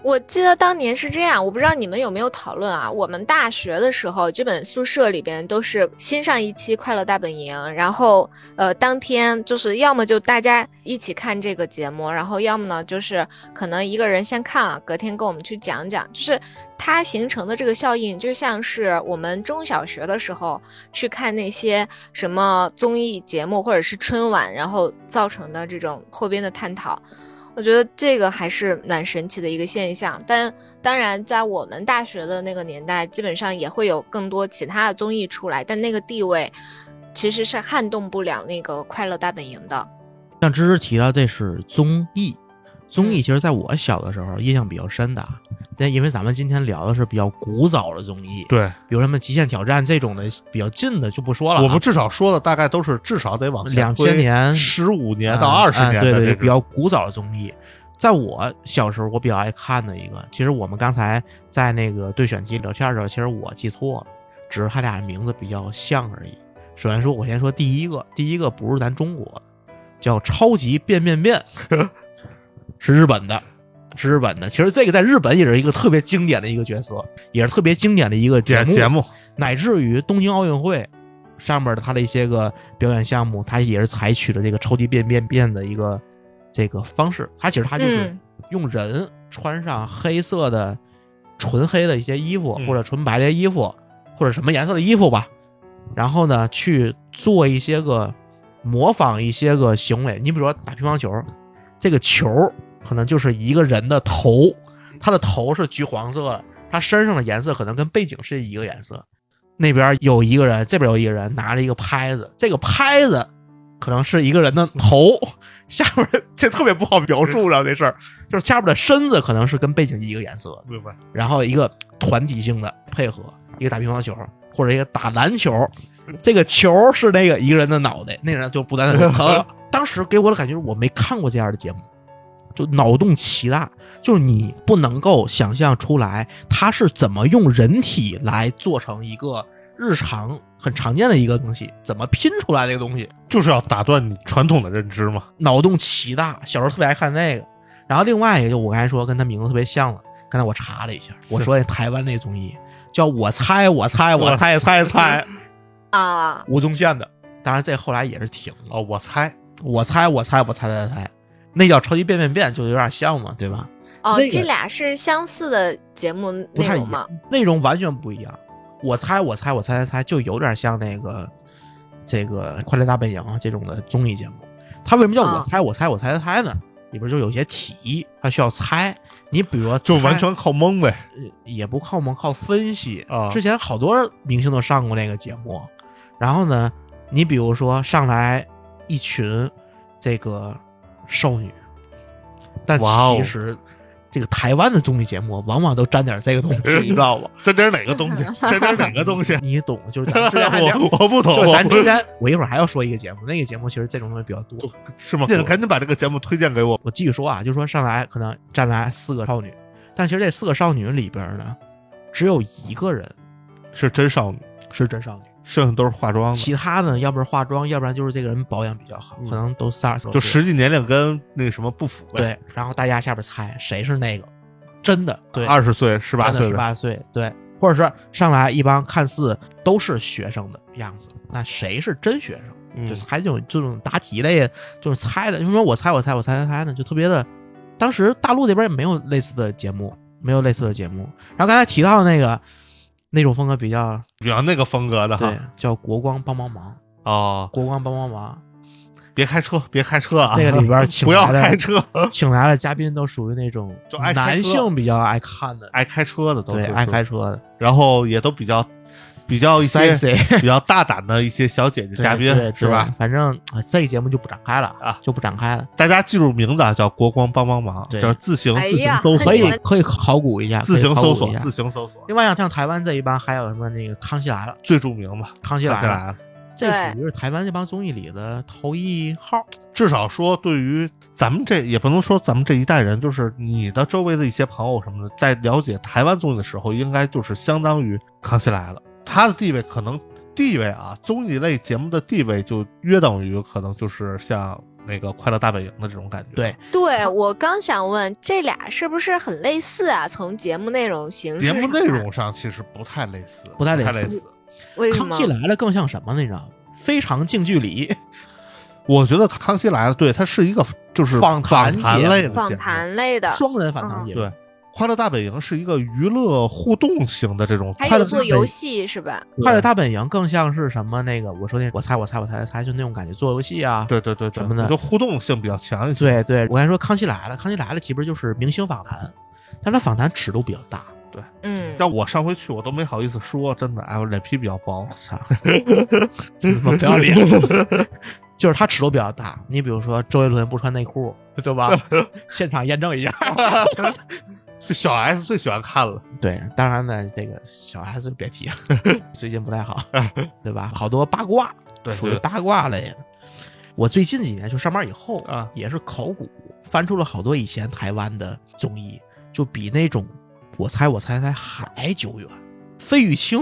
我记得当年是这样，我不知道你们有没有讨论啊？我们大学的时候，基本宿舍里边都是新上一期《快乐大本营》，然后呃，当天就是要么就大家一起看这个节目，然后要么呢就是可能一个人先看了，隔天跟我们去讲讲，就是它形成的这个效应，就像是我们中小学的时候去看那些什么综艺节目或者是春晚，然后造成的这种后边的探讨。我觉得这个还是蛮神奇的一个现象，但当然，在我们大学的那个年代，基本上也会有更多其他的综艺出来，但那个地位其实是撼动不了那个《快乐大本营》的。
像芝芝提到这是综艺，综艺
嗯
其实在我小的时候印象比较深的啊，但因为咱们今天聊的是比较古早的综艺，
对
比如什么《极限挑战》这种的比较近的就不说了啊、
我们至少说的大概都是至少得往
2000年
十五年
啊
到二十
啊
年
对
的
对，
这
对
种
比较古早的综艺。在我小时候，我比较爱看的一个，其实我们刚才在那个对选题聊天的时候，其实我记错了，只是他俩名字比较像而已。首先说，我先说第一个，第一个不是咱中国的，叫《超级变变变》，
[laughs]
是日本的，是日本的。其实这个在日本也是一个特别经典的一个角色，也是特别经典的一个节
节
目。
节目，
乃至于东京奥运会上面的它的一些个表演项目，它也是采取了这个超级变变变的一个这个方式。它其实它就是
嗯
用人穿上黑色的、纯黑的一些衣服，
嗯
或者纯白的衣服，或者什么颜色的衣服吧，然后呢去做一些个模仿一些个行为。你比如说打乒乓球，这个球可能就是一个人的头，他的头是橘黄色的，他身上的颜色可能跟背景是一个颜色。那边有一个人，这边有一个人拿着一个拍子，这个拍子可能是一个人的头，下边这特别不好描述，然后这事儿就是下边的身子可能是跟背景一个颜色的，
明白？
然后一个团体性的配合，一个打乒乓球或者一个打篮球，这个球是那个一个人的脑袋，那个人就不断的当时给我的感觉，我没看过这样的节目，就脑洞奇大，就是你不能够想象出来他是怎么用人体来做成一个日常很常见的一个东西，怎么拼出来这个东西。
就是要打断你传统的认知嘛。
脑洞奇大，小时候特别爱看那个。然后另外一个就我刚才说跟他名字特别像了，刚才我查了一下，我说那台湾那综艺叫我猜我猜我猜猜猜，
啊，
吴宗宪的。当然这后来也是停了。
哦，我猜
我猜我猜我猜猜猜，那叫超级变变变，就有点像嘛，对吧？
哦
那，个
这俩是相似的节目
不
内
太一
容吗？
内容完全不一样。我猜我猜我猜猜猜，就有点像那个这个《快乐大本营》啊这种的综艺节目。它为什么叫
啊
我猜我猜我猜猜猜呢？里边就有些题，它需要猜。你比如说猜，
就完全靠蒙呗。
也不靠蒙，靠分析
啊
之前好多明星都上过那个节目，然后呢，你比如说上来一群这个少女，但
哇哦
其实这个台湾的综艺节目往往都沾点这个东西，你知道吗？
这点哪
[laughs]
个东西？这点 [laughs] 哪个东西？啊
你懂，就是咱们之前还聊。
[laughs] 我我不懂，
就是咱之
我
前，我一会儿还要说一个节目，那个节目其实这种东西比较多。
是吗？赶紧把这个节目推荐给我。
我继续说啊，就说上来可能站来四个少女，但其实这四个少女里边呢，只有一个人
是真少女，
是真少女。
剩下都是化妆的，
其他呢，要不然化妆，要不然就是这个人保养比较好，
嗯
可能都三十多
就
岁，
实际年龄跟那个什么不符呗。
对。然后大家下边猜谁是那个，真的对，
二十岁、十八岁
十
的，
八岁对，或者是上来一帮看似都是学生的样子，那谁是真学生？
嗯
就是还这种这种答题类，就是猜的，为什么我猜我猜我猜猜猜呢？就特别的，当时大陆这边也没有类似的节目，没有类似的节目。然后刚才提到那个那种风格比较
比方那个风格的
对
哈。，
叫国光帮帮忙，
哦，
国光帮帮忙。
别开车，别开车啊！
这个里边儿请
[laughs] 不要
来的
开车，
请来的嘉宾都属于那种
就爱开车
男性比较爱看的，
爱开车的都
对，
是
爱开，车的
然后也都比较比较一些
sexy
比较大胆的一些小姐姐 [laughs] 嘉宾
[laughs] 对对对
是吧？
反正啊这个节目就不展开了
啊，
就不展开了，
大家记住名字啊，叫国光帮帮忙，
对
叫自行
哎
自行
呀
搜索
可
那你
以
们
可以考古一下，
自行
可以
搜
考古
索
一下
自行搜索，
另外，像台湾这一帮还有什么那个《康熙来了》，
最著名嘛，
《康熙
想
来
起
了》
来了。啊
这
对
属于是台湾这帮综艺里的头一号。
至少说，对于咱们这也不能说咱们这一代人，就是你的周围的一些朋友什么的，在了解台湾综艺的时候，应该就是相当于《康熙来了》，啊他的地位可能地位啊，综艺类节目的地位就约等于可能就是像呃那个《快乐大本营》的这种感觉。
对，
对我刚想问，这俩是不是很类似啊？从节目内容形式
节
上
目
看，
内容上其实不太类似，
不
不
太类似
类似。
为
《
什
康
么
熙？来了》更像什么呢？你知道吗？非常近距离，
我觉得《康熙来了》对它是一个就是
访谈
访谈
节目
类的
访
节目
谈类的，嗯
双人访谈节
嗯
目。
对《快乐大本营》是一个娱乐互动型的这种，
还
快
有
乐大
做
本
游
营
戏是吧？
快乐大本营更像是什么？那个我说那我猜我猜我猜我猜，就那种感觉，做游戏啊。
对对对对，
什么的
我觉得互动性比较强一些。
对对，我刚才说《康熙来了》，《康熙来了》其实就是明星访谈，但它访谈尺度比较大。
嗯，
像我上回去，我都没好意思说，真的，哎，我脸皮比较薄
我，操，真他妈不要脸！ [laughs] 就是它尺度比较大，你比如说周杰伦不穿内裤， [laughs] 对
[laughs]
吧？现场验证一下。
是小 S 最喜欢看了。
[laughs] 对，当然呢，这个小 S 就别提了， [laughs] 最近不太好，对吧？好多八卦，
对
属
对
于
对
八卦类的。我最近几年就上班以后
啊
也是考古，翻出了好多以前台湾的综艺，就比那种我猜我猜猜还久远。费玉清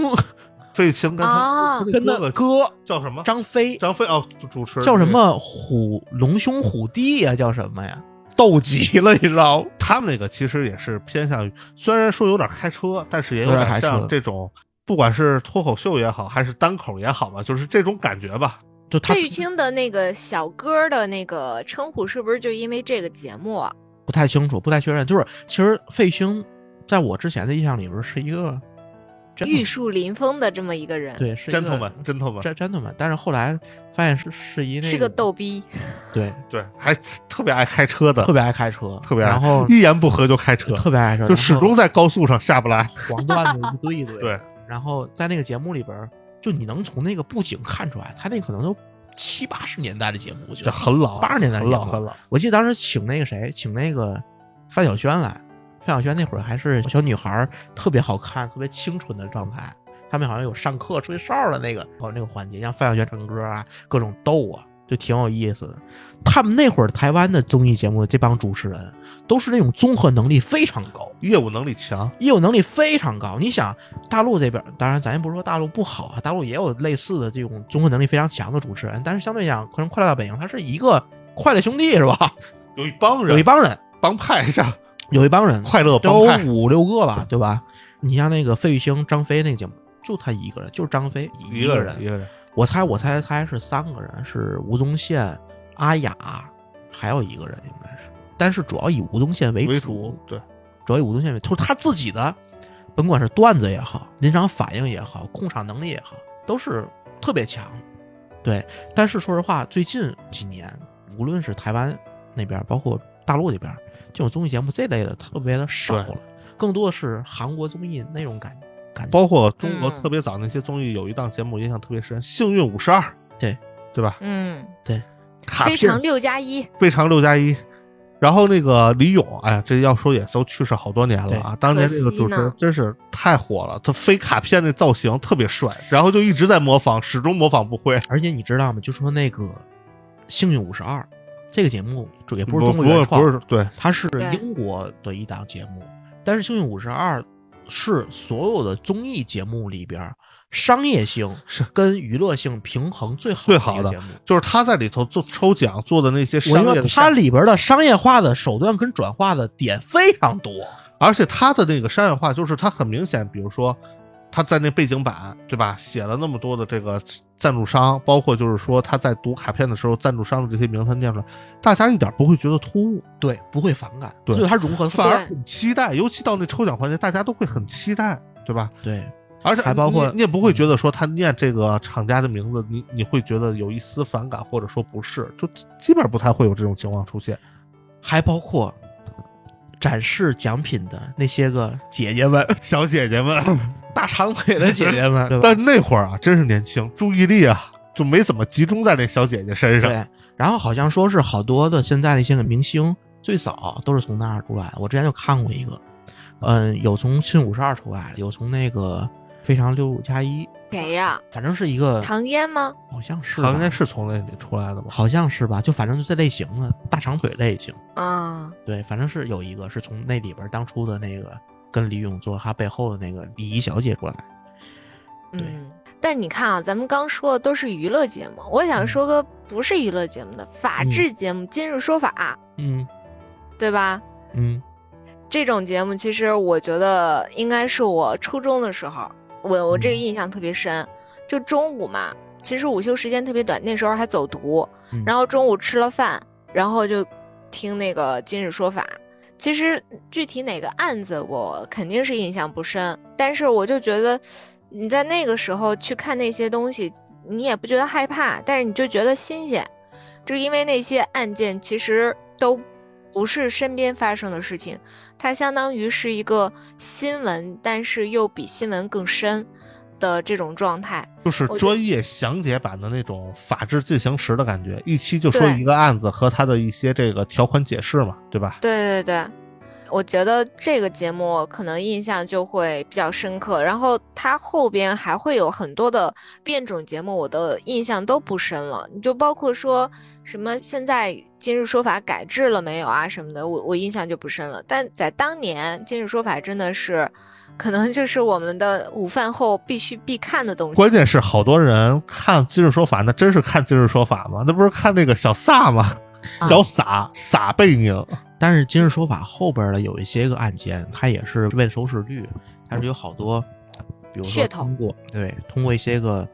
费玉清跟他
啊
他那
跟那
哥哥
哥
叫什么？
张飞
张飞哦，主主持人
叫什？么虎龙兄虎弟呀、叫什么呀？斗极了，你知道吗？
他们那个其实也是偏向于，虽然说有点开车，但是也有
有点开
点
车
像这种，不管是脱口秀也好，还是单口也好吧，就是这种感觉吧。
就他
费玉清的那个小哥的那个称呼，是不是就因为这个节目啊？
不太清楚，不太确认。就是其实费玉清在我之前的印象里边是一个真
玉树临风的这么一个人，
对是一个
gentleman gentleman，
真 gentleman，但是后来发现是是一那
是个逗逼。
对，
对，还特别爱开车的
特，别爱开车，
特别爱
然后
一言不合就开车，
特别爱开车，
就始终在高速上下不来。
然后黄段子一堆一堆。
[laughs] 对，
然后在那个节目里边，就你能从那个布景看出来，他那可能都七八十年代的节目，我觉
这
得
很老，
八十年代的
很
节
老
目
很老。
我记得当时请那个谁，请那个范晓萱来，范晓萱那会儿还是小女孩儿，特别好看，特别清纯的状态。他们好像有上课吹哨的那个，哦，那个环节，让范晓萱唱歌啊，各种逗啊，就挺有意思的。他们那会儿台湾的综艺节目，这帮主持人都是那种综合能力非常高，
业务能力强，
业务能力非常高。你想，大陆这边，当然咱也不是说大陆不好啊，大陆也有类似的这种综合能力非常强的主持人，但是相对讲，可能《快乐大本营》它是一个快乐兄弟是吧？
有一帮人，
有一帮人，
帮派像
有一帮人，
快乐
都
帮派，
五六个吧，对吧？你像那个费玉清、张飞那个节目，就他一个人，就是张飞
一
个
个人一个人，
我猜，我猜猜是三个人，是吴宗宪、阿雅，还有一个人应该是，但是主要以吴宗宪为
为
主
主，对，
主要以吴宗宪为，就是他自己的，甭管是段子也好，临场反应也好，控场能力也好，都是特别强。对，但是说实话，最近几年，无论是台湾那边，包括大陆这边，这种综艺节目这类的特别的少
对
了，更多的是韩国综艺那种感感觉。
包括中国
嗯
特别早那些综艺，有一档节目我印象特别深，《幸运五十二》，
对
对吧？
嗯，
卡
非
片
常六加一，
非常六加一。然后那个李咏，哎呀，这要说也都去世好多年了啊。当年这个主持人真是太火了，他飞卡片那造型特别帅，然后就一直在模仿，始终模仿不会。
而且你知道吗？就说那个《幸运五十二》这个节目，就也不是
不
中国原创，
不是对，
它是
对
英国的一档节目。但是《幸运五十二》是所有的综艺节目里边儿商业性
是
跟娱乐性平衡最好
最好
一个
的
节目。
就是他在里头做抽奖做的那些
我
商
觉
业的
得它
项目，
里边的商业化的手段跟转化的点非常多，
而且他的那个商业化就是他很明显，比如说他在那背景板对吧，写了那么多的这个赞助商，包括就是说他在读卡片的时候，赞助商的这些名字他念出来，大家一点不会觉得突兀。
对，不会反感，
对
所以它融合得
反而
对
很期待，尤其到那抽奖环节，大家都会很期待，对吧？
对，
而且
还包括
你你也不会觉得说他念这个厂家的名字，你你会觉得有一丝反感，或者说不适，就基本不太会有这种情况出现。
还包括展示奖品的那些个姐姐们， [laughs]
小姐姐们，
大长腿的姐姐们，对吧？
但那会儿啊，真是年轻，注意力啊就没怎么集中在那小姐姐身上。
对，啊然后好像说是好多的现在的一些个明星，最早都是从那儿出来的。我之前就看过一个，嗯，有从《新五十二》出来的，有从那个《非常六加一》，
谁呀？
反正是一个，
唐嫣吗？
好像是吧
好像应该是从那里出来的吧？
好像是吧，就反正就这类型的大长腿类型。
啊，
对，反正是有一个是从那里边儿当初的那个跟李咏做他背后的那个礼仪小姐出来的。对
嗯。但你看啊，咱们刚说的都是娱乐节目，我想说个不是娱乐节目的法
嗯
制节目《今日说法
嗯》，
对吧？
嗯，
这种节目其实我觉得应该是我初中的时候，我我这个
嗯
印象特别深。就中午嘛，其实午休时间特别短，那时候还走读
嗯，
然后中午吃了饭，然后就听那个今日说法。其实具体哪个案子我肯定是印象不深，但是我就觉得你在那个时候去看那些东西，你也不觉得害怕，但是你就觉得新鲜。就是因为那些案件其实都不是身边发生的事情，它相当于是一个新闻，但是又比新闻更深的这种状态。
就是
我觉
专业详解版的那种法制进行时的感觉，一期就说
对
一个案子和它的一些这个条款解释嘛，对吧？
对对对，我觉得这个节目可能印象就会比较深刻。然后它后边还会有很多的变种节目，我的印象都不深了。你就包括说什么现在今日说法改制了没有啊什么的，我我印象就不深了。但在当年，今日说法真的是。可能就是我们的午饭后必须必看的东西。
关键是好多人看《今日说法》，那真是看《今日说法》吗？那不是看那个小撒吗？
啊
小撒撒贝宁，
但是今日说法后边儿的有一些个案件，它也是为了收视率，它是有好多，比如说
噱头
通过对通过一些个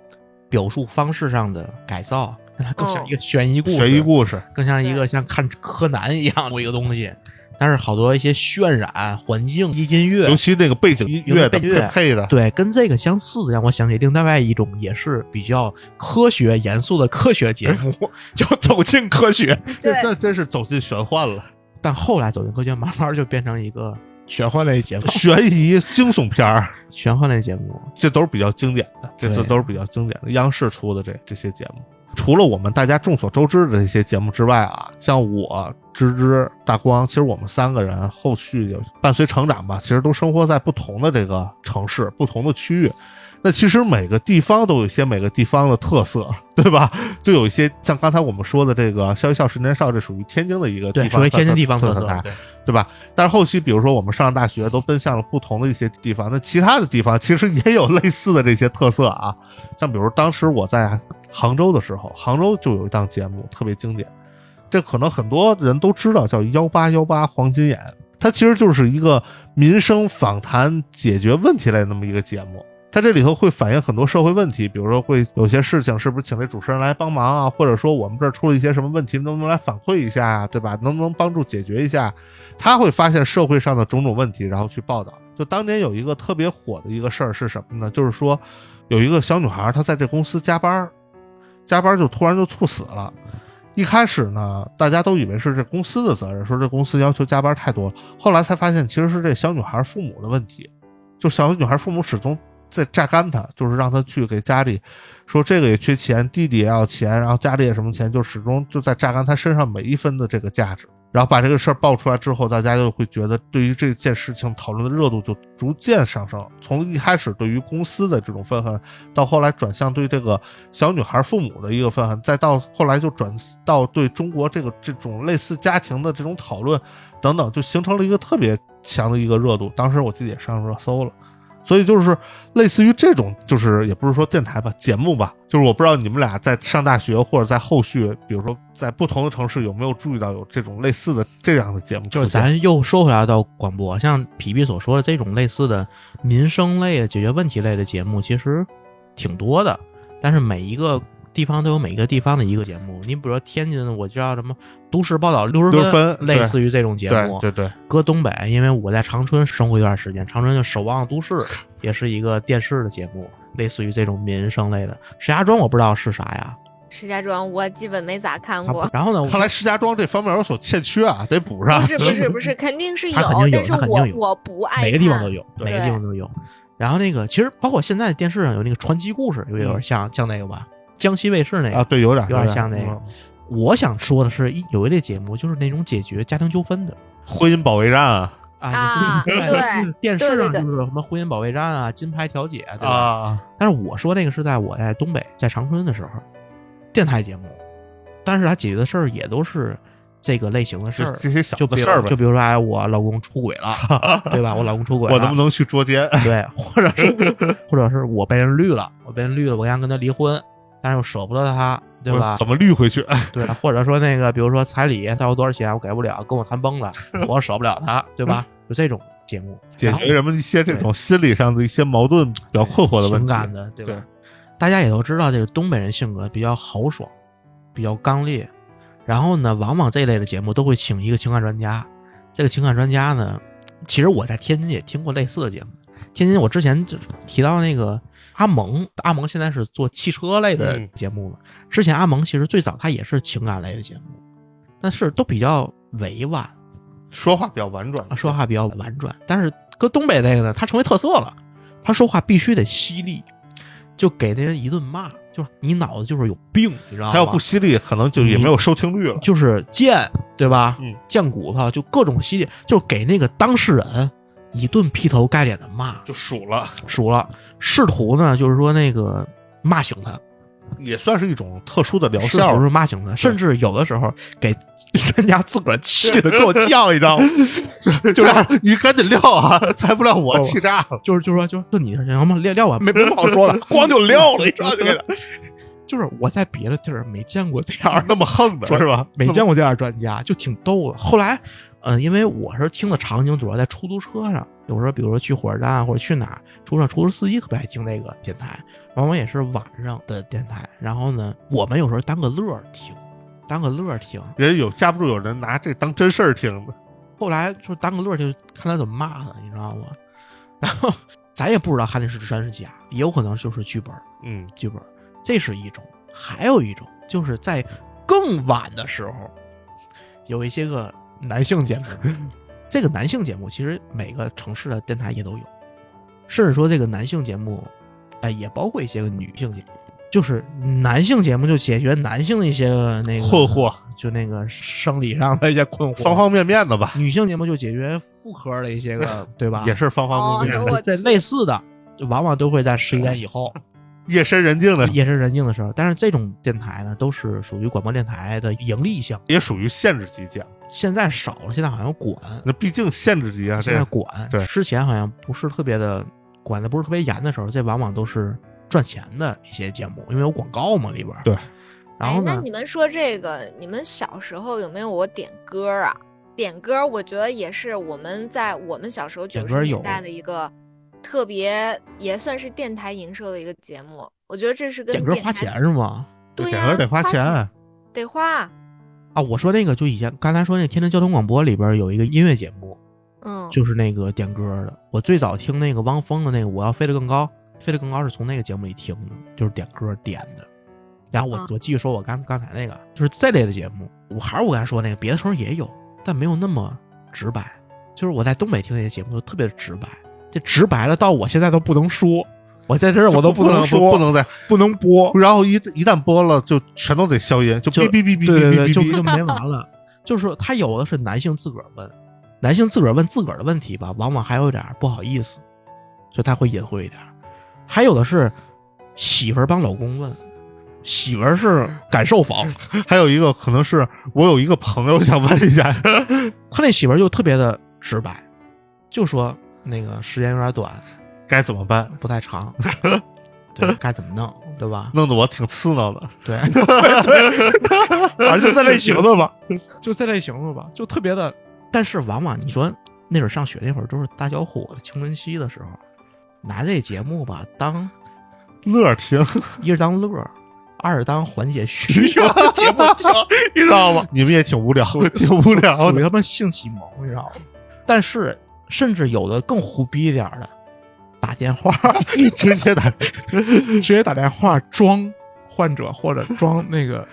表述方式上的改造，让它更像一个哦悬疑故事，
悬疑故事，
更像一个
对
像看柯南一样的一个东西。但是好多一些渲染环境、音乐
尤，其那个背景音乐的
有那背景乐
配配的，
对，跟这个相似的，让我想起另外一种也是比较科学严肃的科学节目，叫《哎走进科学》。
[laughs]
这这真是走进玄幻了，
但后来《走进科学》慢慢就变成一个玄幻类节目，
悬疑惊悚片儿，
玄幻类节目。
这都是比较经典的，这
对
这都是比较经典的，央视出的这这些节目。除了我们大家众所周知的这些节目之外啊，像我、芝芝、大光，其实我们三个人后续有伴随成长吧，其实都生活在不同的这个城市、不同的区域。那其实每个地方都有一些每个地方的特色，对吧？就有一些像刚才我们说的这个“笑一笑，十年少”，这属于天津的一个
对，
地
属
方
于天津地方特
特
色。
产对吧？但是后期，比如说我们上大学都奔向了不同的一些地方，那其他的地方其实也有类似的这些特色啊。像比如当时我在杭州的时候，杭州就有一档节目特别经典，这可能很多人都知道，叫幺八幺八黄金眼。它其实就是一个民生访谈、解决问题类的那么一个节目。它这里头会反映很多社会问题，比如说会有些事情是不是请这主持人来帮忙啊，或者说我们这儿出了一些什么问题，能不能来反馈一下啊，对吧？能不能帮助解决一下？他会发现社会上的种种问题，然后去报道。就当年有一个特别火的一个事儿是什么呢？就是说有一个小女孩儿，她在这公司加班儿，加班儿就突然就猝死了。一开始呢，大家都以为是这公司的责任，说这公司要求加班太多了。后来才发现，其实是这小女孩父母的问题，就小女孩父母始终在榨干她，就是让她去给家里说这个也缺钱，弟弟也要钱，然后家里也什么钱，就始终就在榨干她身上每一分的这个价值。然后把这个事儿爆出来之后，大家就会觉得对于这件事情讨论的热度就逐渐上升，从一开始对于公司的这种愤恨，到后来转向对这个小女孩父母的一个愤恨，再到后来就转到对中国这个这种类似家庭的这种讨论等等，就形成了一个特别强的一个热度。当时我记得也上热搜了，所以就是类似于这种，就是也不是说电台吧，节目吧，就是我不知道你们俩在上大学或者在后续，比如说在不同的城市有没有注意到有这种类似的这样的节目出
就是
现，
咱又说回来到广播，像皮皮所说的这种类似的民生类啊的解决问题类的节目，其实挺多的。但是每一个地方都有每一个地方的一个节目。你比如说天津，我知道什么都市报道六十
60分
类似于这种节目。
对对对，
搁东北，因为我在长春生活一段时间，长春就《守望都市》
[laughs]
也是一个电视的节目，类似于这种民生类的。石家庄我不知道是啥呀，
石家庄我基本没咋看
它不
过。
[laughs]
然后呢，
看来石家庄这方面有所欠缺啊，得补上。
不是不
[laughs]
是不是，肯定是
他肯定有
但是
他肯定
我
有
我不爱看，哎
每个地方都有，每个地
对
方都有。然后那个其实包括现在电视上有那个传奇故
嗯
事，有有点像、像那个吧，江西卫视那个。
啊，对，有点
有点像那个
嗯
我想说的是，一有一类节目就是那种解决家庭纠纷的
婚姻保卫战啊
啊
啊，
你说
对，
电视
对
上
对
就是什么婚姻保卫战啊、金牌调解啊，对吧？
啊，
但是我说那个是在我在东北，在长春的时候，电台节目，但是他解决的事儿也都是这个类型的事
就
儿，
这些小
就
的
比如
事儿
就
呗。
比如说哎，我老公出轨
[laughs]
了，对吧？我老公出轨了，
我能不能去捉奸？ [laughs]
对，或者是或者是我被人绿了，我被人绿了，我想跟他离婚，但是又舍不得他，对吧
我？ [laughs] 怎么绿回去？
对，或者说那个，比如说彩礼他要多少钱，我给不了，跟我谈
[laughs]
崩了，我舍不了他，对吧？就这种节目，
嗯解
然后
决人们一些这种心理上的一些矛盾、比较困惑的问
情
题。
感的，对吧？
对
大家也都知道，这个东北人性格比较豪爽，比较刚烈。然后呢，往往这一类的节目都会请一个情感专家。这个情感专家呢，其实我在天津也听过类似的节目。天津，我之前就是提到那个阿蒙，阿蒙现在是做汽车类的
嗯
节目嘛。之前阿蒙其实最早他也是情感类的节目，但是都比较委婉，
说话比较婉转，
说话比较婉转，但是搁东北那个呢，他成为特色了，他说话必须得犀利，就给那人一顿骂，就是你脑子就是有病，你知道吗？
他要不犀利，可能就也没有收听率了。
就是贱，对吧？
嗯
贱骨头，就各种犀利，就给那个当事人一顿劈头盖脸的骂，
就数了，
熟了，试图呢就是说那个骂醒他，
也算是一种特殊的疗
试
效
图。是骂醒他，甚至有的时候给人家自个儿气的够 [laughs] 呛，你知道吗？
[laughs] 就让你赶紧撂啊，再不撂我
哦
气炸了。
就是就是说，就是就你行吗？撂撂完没没什么好说 [laughs] 的，咣就撂了，一抓就给他。 [laughs] 就是我在别的地儿没见过这样
那
的，
么横
[laughs]
的是吧？
没见过这样的专家，就挺逗的。后来，嗯、因为我是听的场景主要在出租车上，有时候比如说去火车站啊或者去哪儿，出租上出租司机特别爱听那个电台，往往也是晚上的电台。然后呢，我们有时候当个乐儿听，当个乐儿听。
人有架不住有人拿这当真事儿听的，
后来就当个乐儿，就看他怎么骂他，你知道吗？然后咱也不知道汉里是真是假，也有可能就是剧本儿，
嗯，
剧本儿，这是一种。还有一种就是在更晚的时候，有一些个男
[laughs]
性节目，这个男性节目其实每个城市的电台也都有，甚至说这个男性节目，哎，也包括一些个女性节目。就是男性节目就解决男性的一些个那个
困惑，
就那个生理上的一些困惑，
方方面面的吧，
女性节目就解决妇科的一些个，对吧？
嗯也是方方
哦
面面
有
的。
我
这
去
类似的，往往都会在十一
嗯
点以后，
夜深人静的，
夜深人静的时候。但是这种电台呢，都是属于广播电台的盈利项，
也属于限制级讲。
现在少了，现在好像管，
那毕竟限制级啊，
现在
这
管，
嗯对
之前好像不是特别的管的不是特别严的时候，这往往都是赚钱的一些节目，因为有广告嘛里边儿。
对，
然后
哎，那
呢，
你们说这个，你们小时候有没有我点歌啊？点歌，我觉得也是我们在我们小时候
点
九
歌
十
有
年代的一个特别，也算是电台营收的一个节目。我觉得这是跟
点歌
电
花
台
钱，是吗？
对
点
呀
歌得花
花
钱，啊
得花，
啊，我说那个就以前刚才说那天津交通广播里边有一个音乐节目，
嗯，
就是那个点歌的。我最早听那个汪峰的那个《我要飞得更高》，飞得更高是从那个节目里听的，就是点歌点的。然后我
啊
我继续说我刚刚才那个，就是这类的节目，我还是我刚才说那个，别的城市也有，但没有那么直白。就是我在东北听那些节目就特别直白，这直白了到我现在都不能说，我在这儿我都
不
能
能
说，
不能再，
不能播，
然后一一旦播了就全都得消音，就
就
哔哔哔哔
对对
哔
对，
哔
就
哔 [laughs]
就没完了。就是说他有的是男性自个儿问，男性自个儿问自个儿的问题吧，往往还有点儿不好意思，所以他会隐晦一点儿。还有的是媳妇儿帮老公问，媳妇儿是感受房，
还有一个可能是我有一个朋友想问一下， [laughs]
他那媳妇儿就特别的直白，就说那个时间有点短，
该怎么办，
不
[laughs]
太长，对，该怎么弄，对吧？
弄得我挺刺挠的。 [laughs]
对，反正就这类型的吧，就这类型的吧，就特别的。但是往往你说那会儿上学那会儿都是大小伙子青春期的时候，拿这节目吧当
乐儿听， [laughs]
一是当乐儿，二是当缓解需求的节目听，
你知道吗？你们也挺无
[laughs]
聊，挺无聊
属于
的。
他妈性启蒙，你知道吗？但是甚至有的更胡逼一点儿的，打电话
直接打， [laughs]
直接打电话装患者或者装那个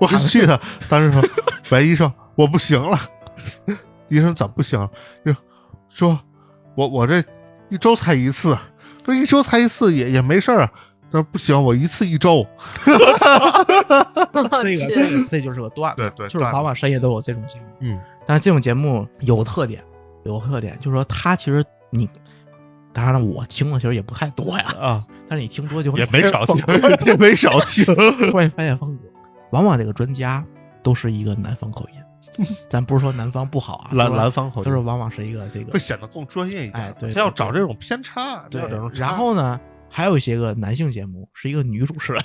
我去他！当时
[laughs]
说，白医生，我不行了。 [laughs] 医生怎么不行了？就说，我我这一周才一次，说一周才一次也也没事儿啊。他说不行，我一次一周。
[laughs] 这个这个这就是个段子。
对对
就是往往深夜都有这种节目。
嗯，
但是这种节目有特点，有特点，就是说它其实你，当然了，我听的其实也不太多呀，
啊，
但是你听多就会
也没少听
发现，
也没少 [laughs] 听。
风格， [laughs] 会发现风格。往往这个专家都是一个南方口音，咱不是说南方不好啊，
南
就是
南方口
都是
音
往往是一个这个
会显得更专业一点。
哎对
他要
对
找这种偏差，
对
要找这种。
然后呢，还有一些个男性节目是一个女主持人，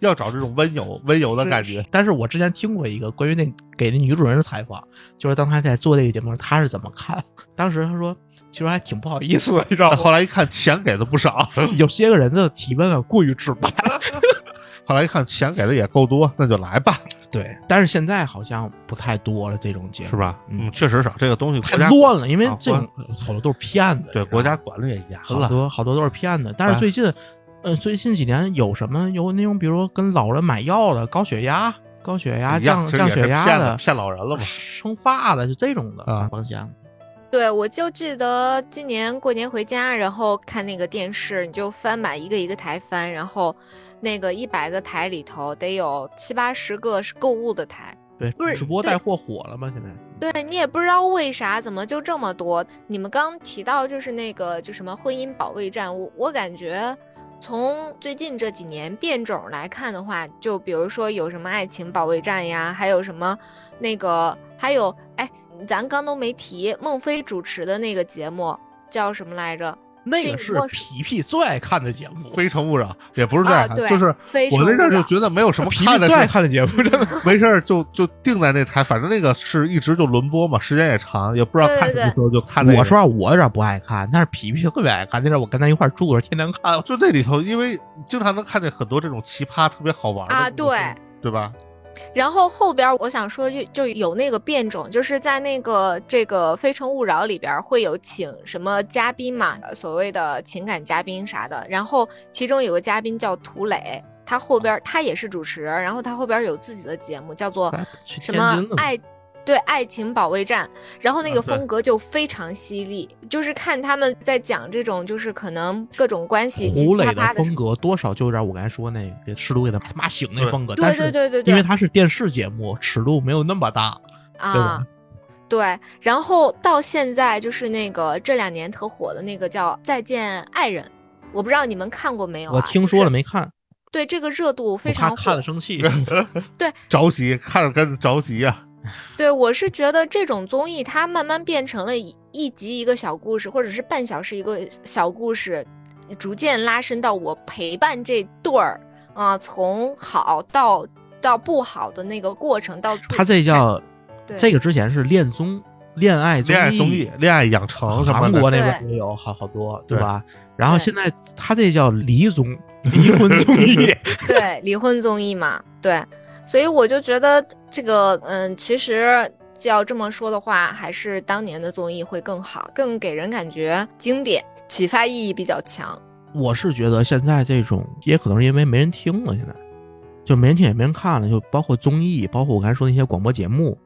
要找这种温柔温柔的感觉。
但是我之前听过一个关于那给那女主人的采访，就是当她在做这个节目时，她是怎么看？ [laughs] 当时她说，其实还挺不好意思的， [laughs] [laughs] 你知道
但
吗？
后来一看，钱给的不少，
有些个人的提问啊过于直白。
后来一看钱给的也够多，那就来吧，
对， [laughs] 但是现在好像不太多了这种节目，
是吧？
嗯
嗯，确实少，这个东西
太
国家
乱了，因为
啊
这种好多都是骗子。
对
你知道
国
吗
家管的也严
好
了。
多好多都是骗子，但是
哎
最近，呃，最近几年有什么有那种，比如说跟老人买药的，高血压、高血压
一样哎
降
其实
啊降
也是
血压
骗
的
子，骗老人了嘛？
生发的，就这种的
啊
方向。
对，我就记得今年过年回家，然后看那个电视，你就翻满一个一个台翻，然后那个一百个台里头得有七八十个是购物的台。
对
不，是
直播
对
带货火了吗？现在
对你也不知道为啥，怎么就这么多？你们刚提到就是那个就什么婚姻保卫战，我我感觉从最近这几年变种来看的话，就比如说有什么爱情保卫战呀，还有什么那个，还有哎，咱刚都没提孟非主持的那个节目叫什么来着？
那
这
个
你
是
莫说
皮皮最爱看的节目，
非诚勿扰也不是这
啊，
样，
对，
就是
非
我
诚
那阵儿
勿
就
扰
觉得没有什么
皮
看
皮
的
最爱
事，
看的节目，真的。
没事儿就就定在那台，反正那个是一直就轮播嘛，时间也长，也不知道
对
看
对
什么
对
时候就看那个。
我说实话我有点不爱看，但是皮皮特别爱看。那阵儿我跟他一块儿住的时候，天天看。
啊，就那里头，因为经常能看见很多这种奇葩，特别好玩的
啊，
东西
对。
对吧？
然后后边儿我想说就就有那个变种，就是在那个这个《非诚勿扰》里边儿会有请什么嘉宾嘛，呃所谓的情感嘉宾啥的。然后其中有个嘉宾叫涂磊，他后边儿他也是主持人，然后他后边儿有自己的节目叫做
去
什
啊
么
天津了嘛？
爱。对爱情保卫战，然后那
啊
个
对
风格就非常犀利，就是看他们在讲这种，就是可能各种关系七
胡
七
磊
八
的
八的时
风格多少就有点我刚才说那个尺度给他妈醒那
对
风格，
对
但是
对对对对
因为它是电视节目，尺度没有那么大，
候
对
啊
吧，？
对，然后到现在就是那个这两年特火的那个叫《再见爱人》，我不知道你们看过没有、啊？
我听说了，没看，
对这个热度
我
非
怕
常
看
火
了。生
[laughs]
气。
着急，看着跟着着急啊！
对我是觉得这种综艺它慢慢变成了一一集一个小故事，或者是半小时一个小故事，逐渐拉伸到我陪伴这对儿啊、从好到到不好的那个过程到出
他这叫
[laughs] 对
这个之前是恋综、恋爱综
恋爱综艺、恋爱养成什么
啊韩
的，
国那边也有好好多，对
对
吧？然后
对
现在他这叫离综、
[laughs]
离婚综艺， [laughs]
对，离婚综艺嘛，对，所以我就觉得这个，嗯，其实要这么说的话，还是当年的综艺会更好，更给人感觉经典，启发意义比较强。
我是觉得现在这种也可能是因为没人听了，现在就没人听也没人看了，就包括综艺，包括我刚才说那些广播节目，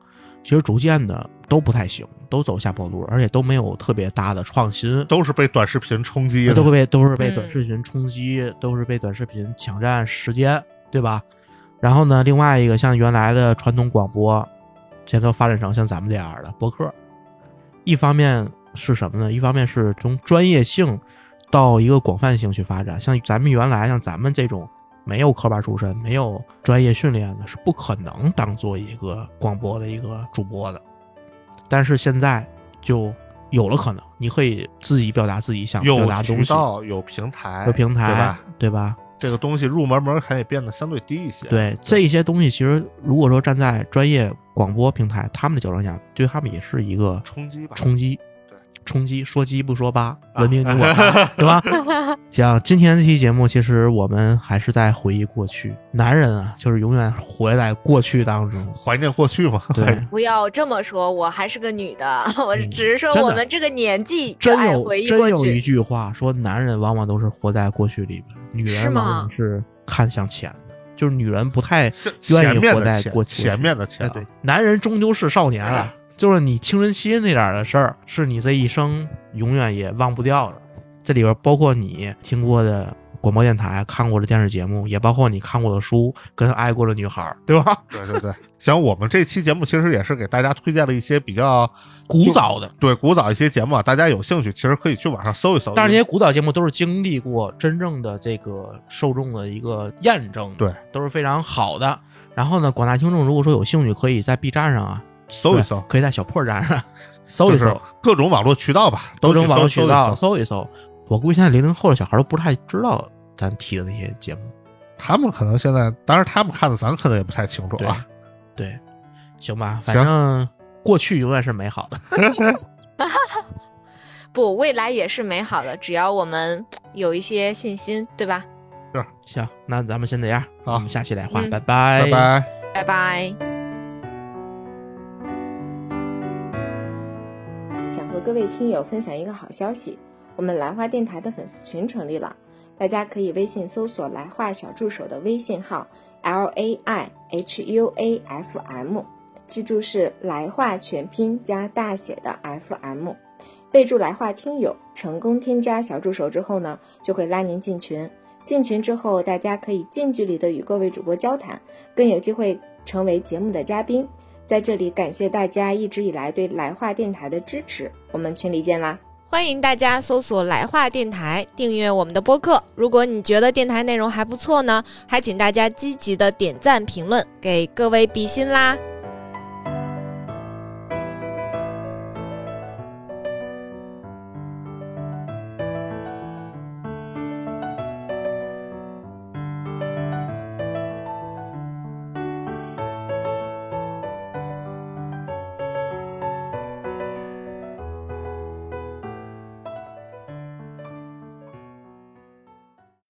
其实逐渐的都不太行，都走下坡路，而且都没有特别大的创新，
都是被短视频冲击的
都会被都是被短
嗯
视频冲击，都是被短视频抢占时间，对吧？然后呢，另外一个像原来的传统广播，现在都发展成像咱们这样的播客，一方面是什么呢？一方面是从专业性到一个广泛性去发展，像咱们原来像咱们这种。没有科班出身、没有专业训练的，是不可能当做一个广播的一个主播的。但是现在就有了可能，你可以自己表达自己想表
有
达的
渠
东西，
道、有平台、
有平台，
对吧？？
对吧？
这个东西入门门槛也变得相对低一些。
对这些东西，其实如果说站在专业广播平台他们的角度上讲，对他们也是一个
冲击吧，
冲击
对。
冲击说鸡不说八，
啊
文明你我
[laughs]
他，对吧？像今天这期节目，其实我们还是在回忆过去。男人啊，就是永远活在过去
[laughs]
当中。
怀念过去嘛。
对，
不要这么说，我还是个女的， [laughs] 我
嗯
只是说
真的
我们这个年纪就
真
爱
有
回忆
真
过
有一
去。
句话说，男人往往都是活在过去里面，女
是
人
吗
往往是看向前的，就是女人不太
是
愿
前
意
面
活在
的钱
过去。
前面的
哎
钱，
对，男人终究是少年
哎
啊，就是你青春期那点儿的事儿，是你这一生永远也忘不掉的。这里边包括你听过的广播电台、看过的电视节目，也包括你看过的书跟爱过的女孩儿，对吧？
对对对。行，我们这期节目其实也是给大家推荐了一些比较
古早的，
对古早一些节目啊，大家有兴趣其实可以去网上搜一搜。
但是这些古早节目都是经历过真正的这个受众的一个验证的，
对，
都是非常好的。然后呢，广大听众如果说有兴趣，可以在 B 站上啊
搜一搜
对，可以在小破站上搜一
就是
搜，
各种网络渠道吧，
都
都去
能网
搜
络渠道，搜一搜。我估计现在零零后的小孩都不太知道咱提的那些节目。
他们可能现在，当然他们看的咱可能也不太清楚
对
啊。
对，行吧，反正过去永远是美好的。
不，未来也是美好的，只要我们有一些信心，对吧？
行，那咱们先这样，
好
我们下期再话，
嗯
拜
拜拜。
拜拜。想和各位听友分享一个好消息，我们来话电台的粉丝群成立了，大家可以微信搜索“来话小助手”的微信号 l a i h u a f m，记住是来话全拼加大写的 f m。备注来话听友，成功添加小助手之后呢，就会拉您进群。进群之后，大家可以近距离的与各位主播交谈，更有机会成为节目的嘉宾。在这里感谢大家一直以来对来话电台的支持，我们群里见啦！欢迎大家搜索“来话电台”，订阅我们的播客。如果你觉得电台内容还不错呢，还请大家积极的点赞评论，给各位比心啦！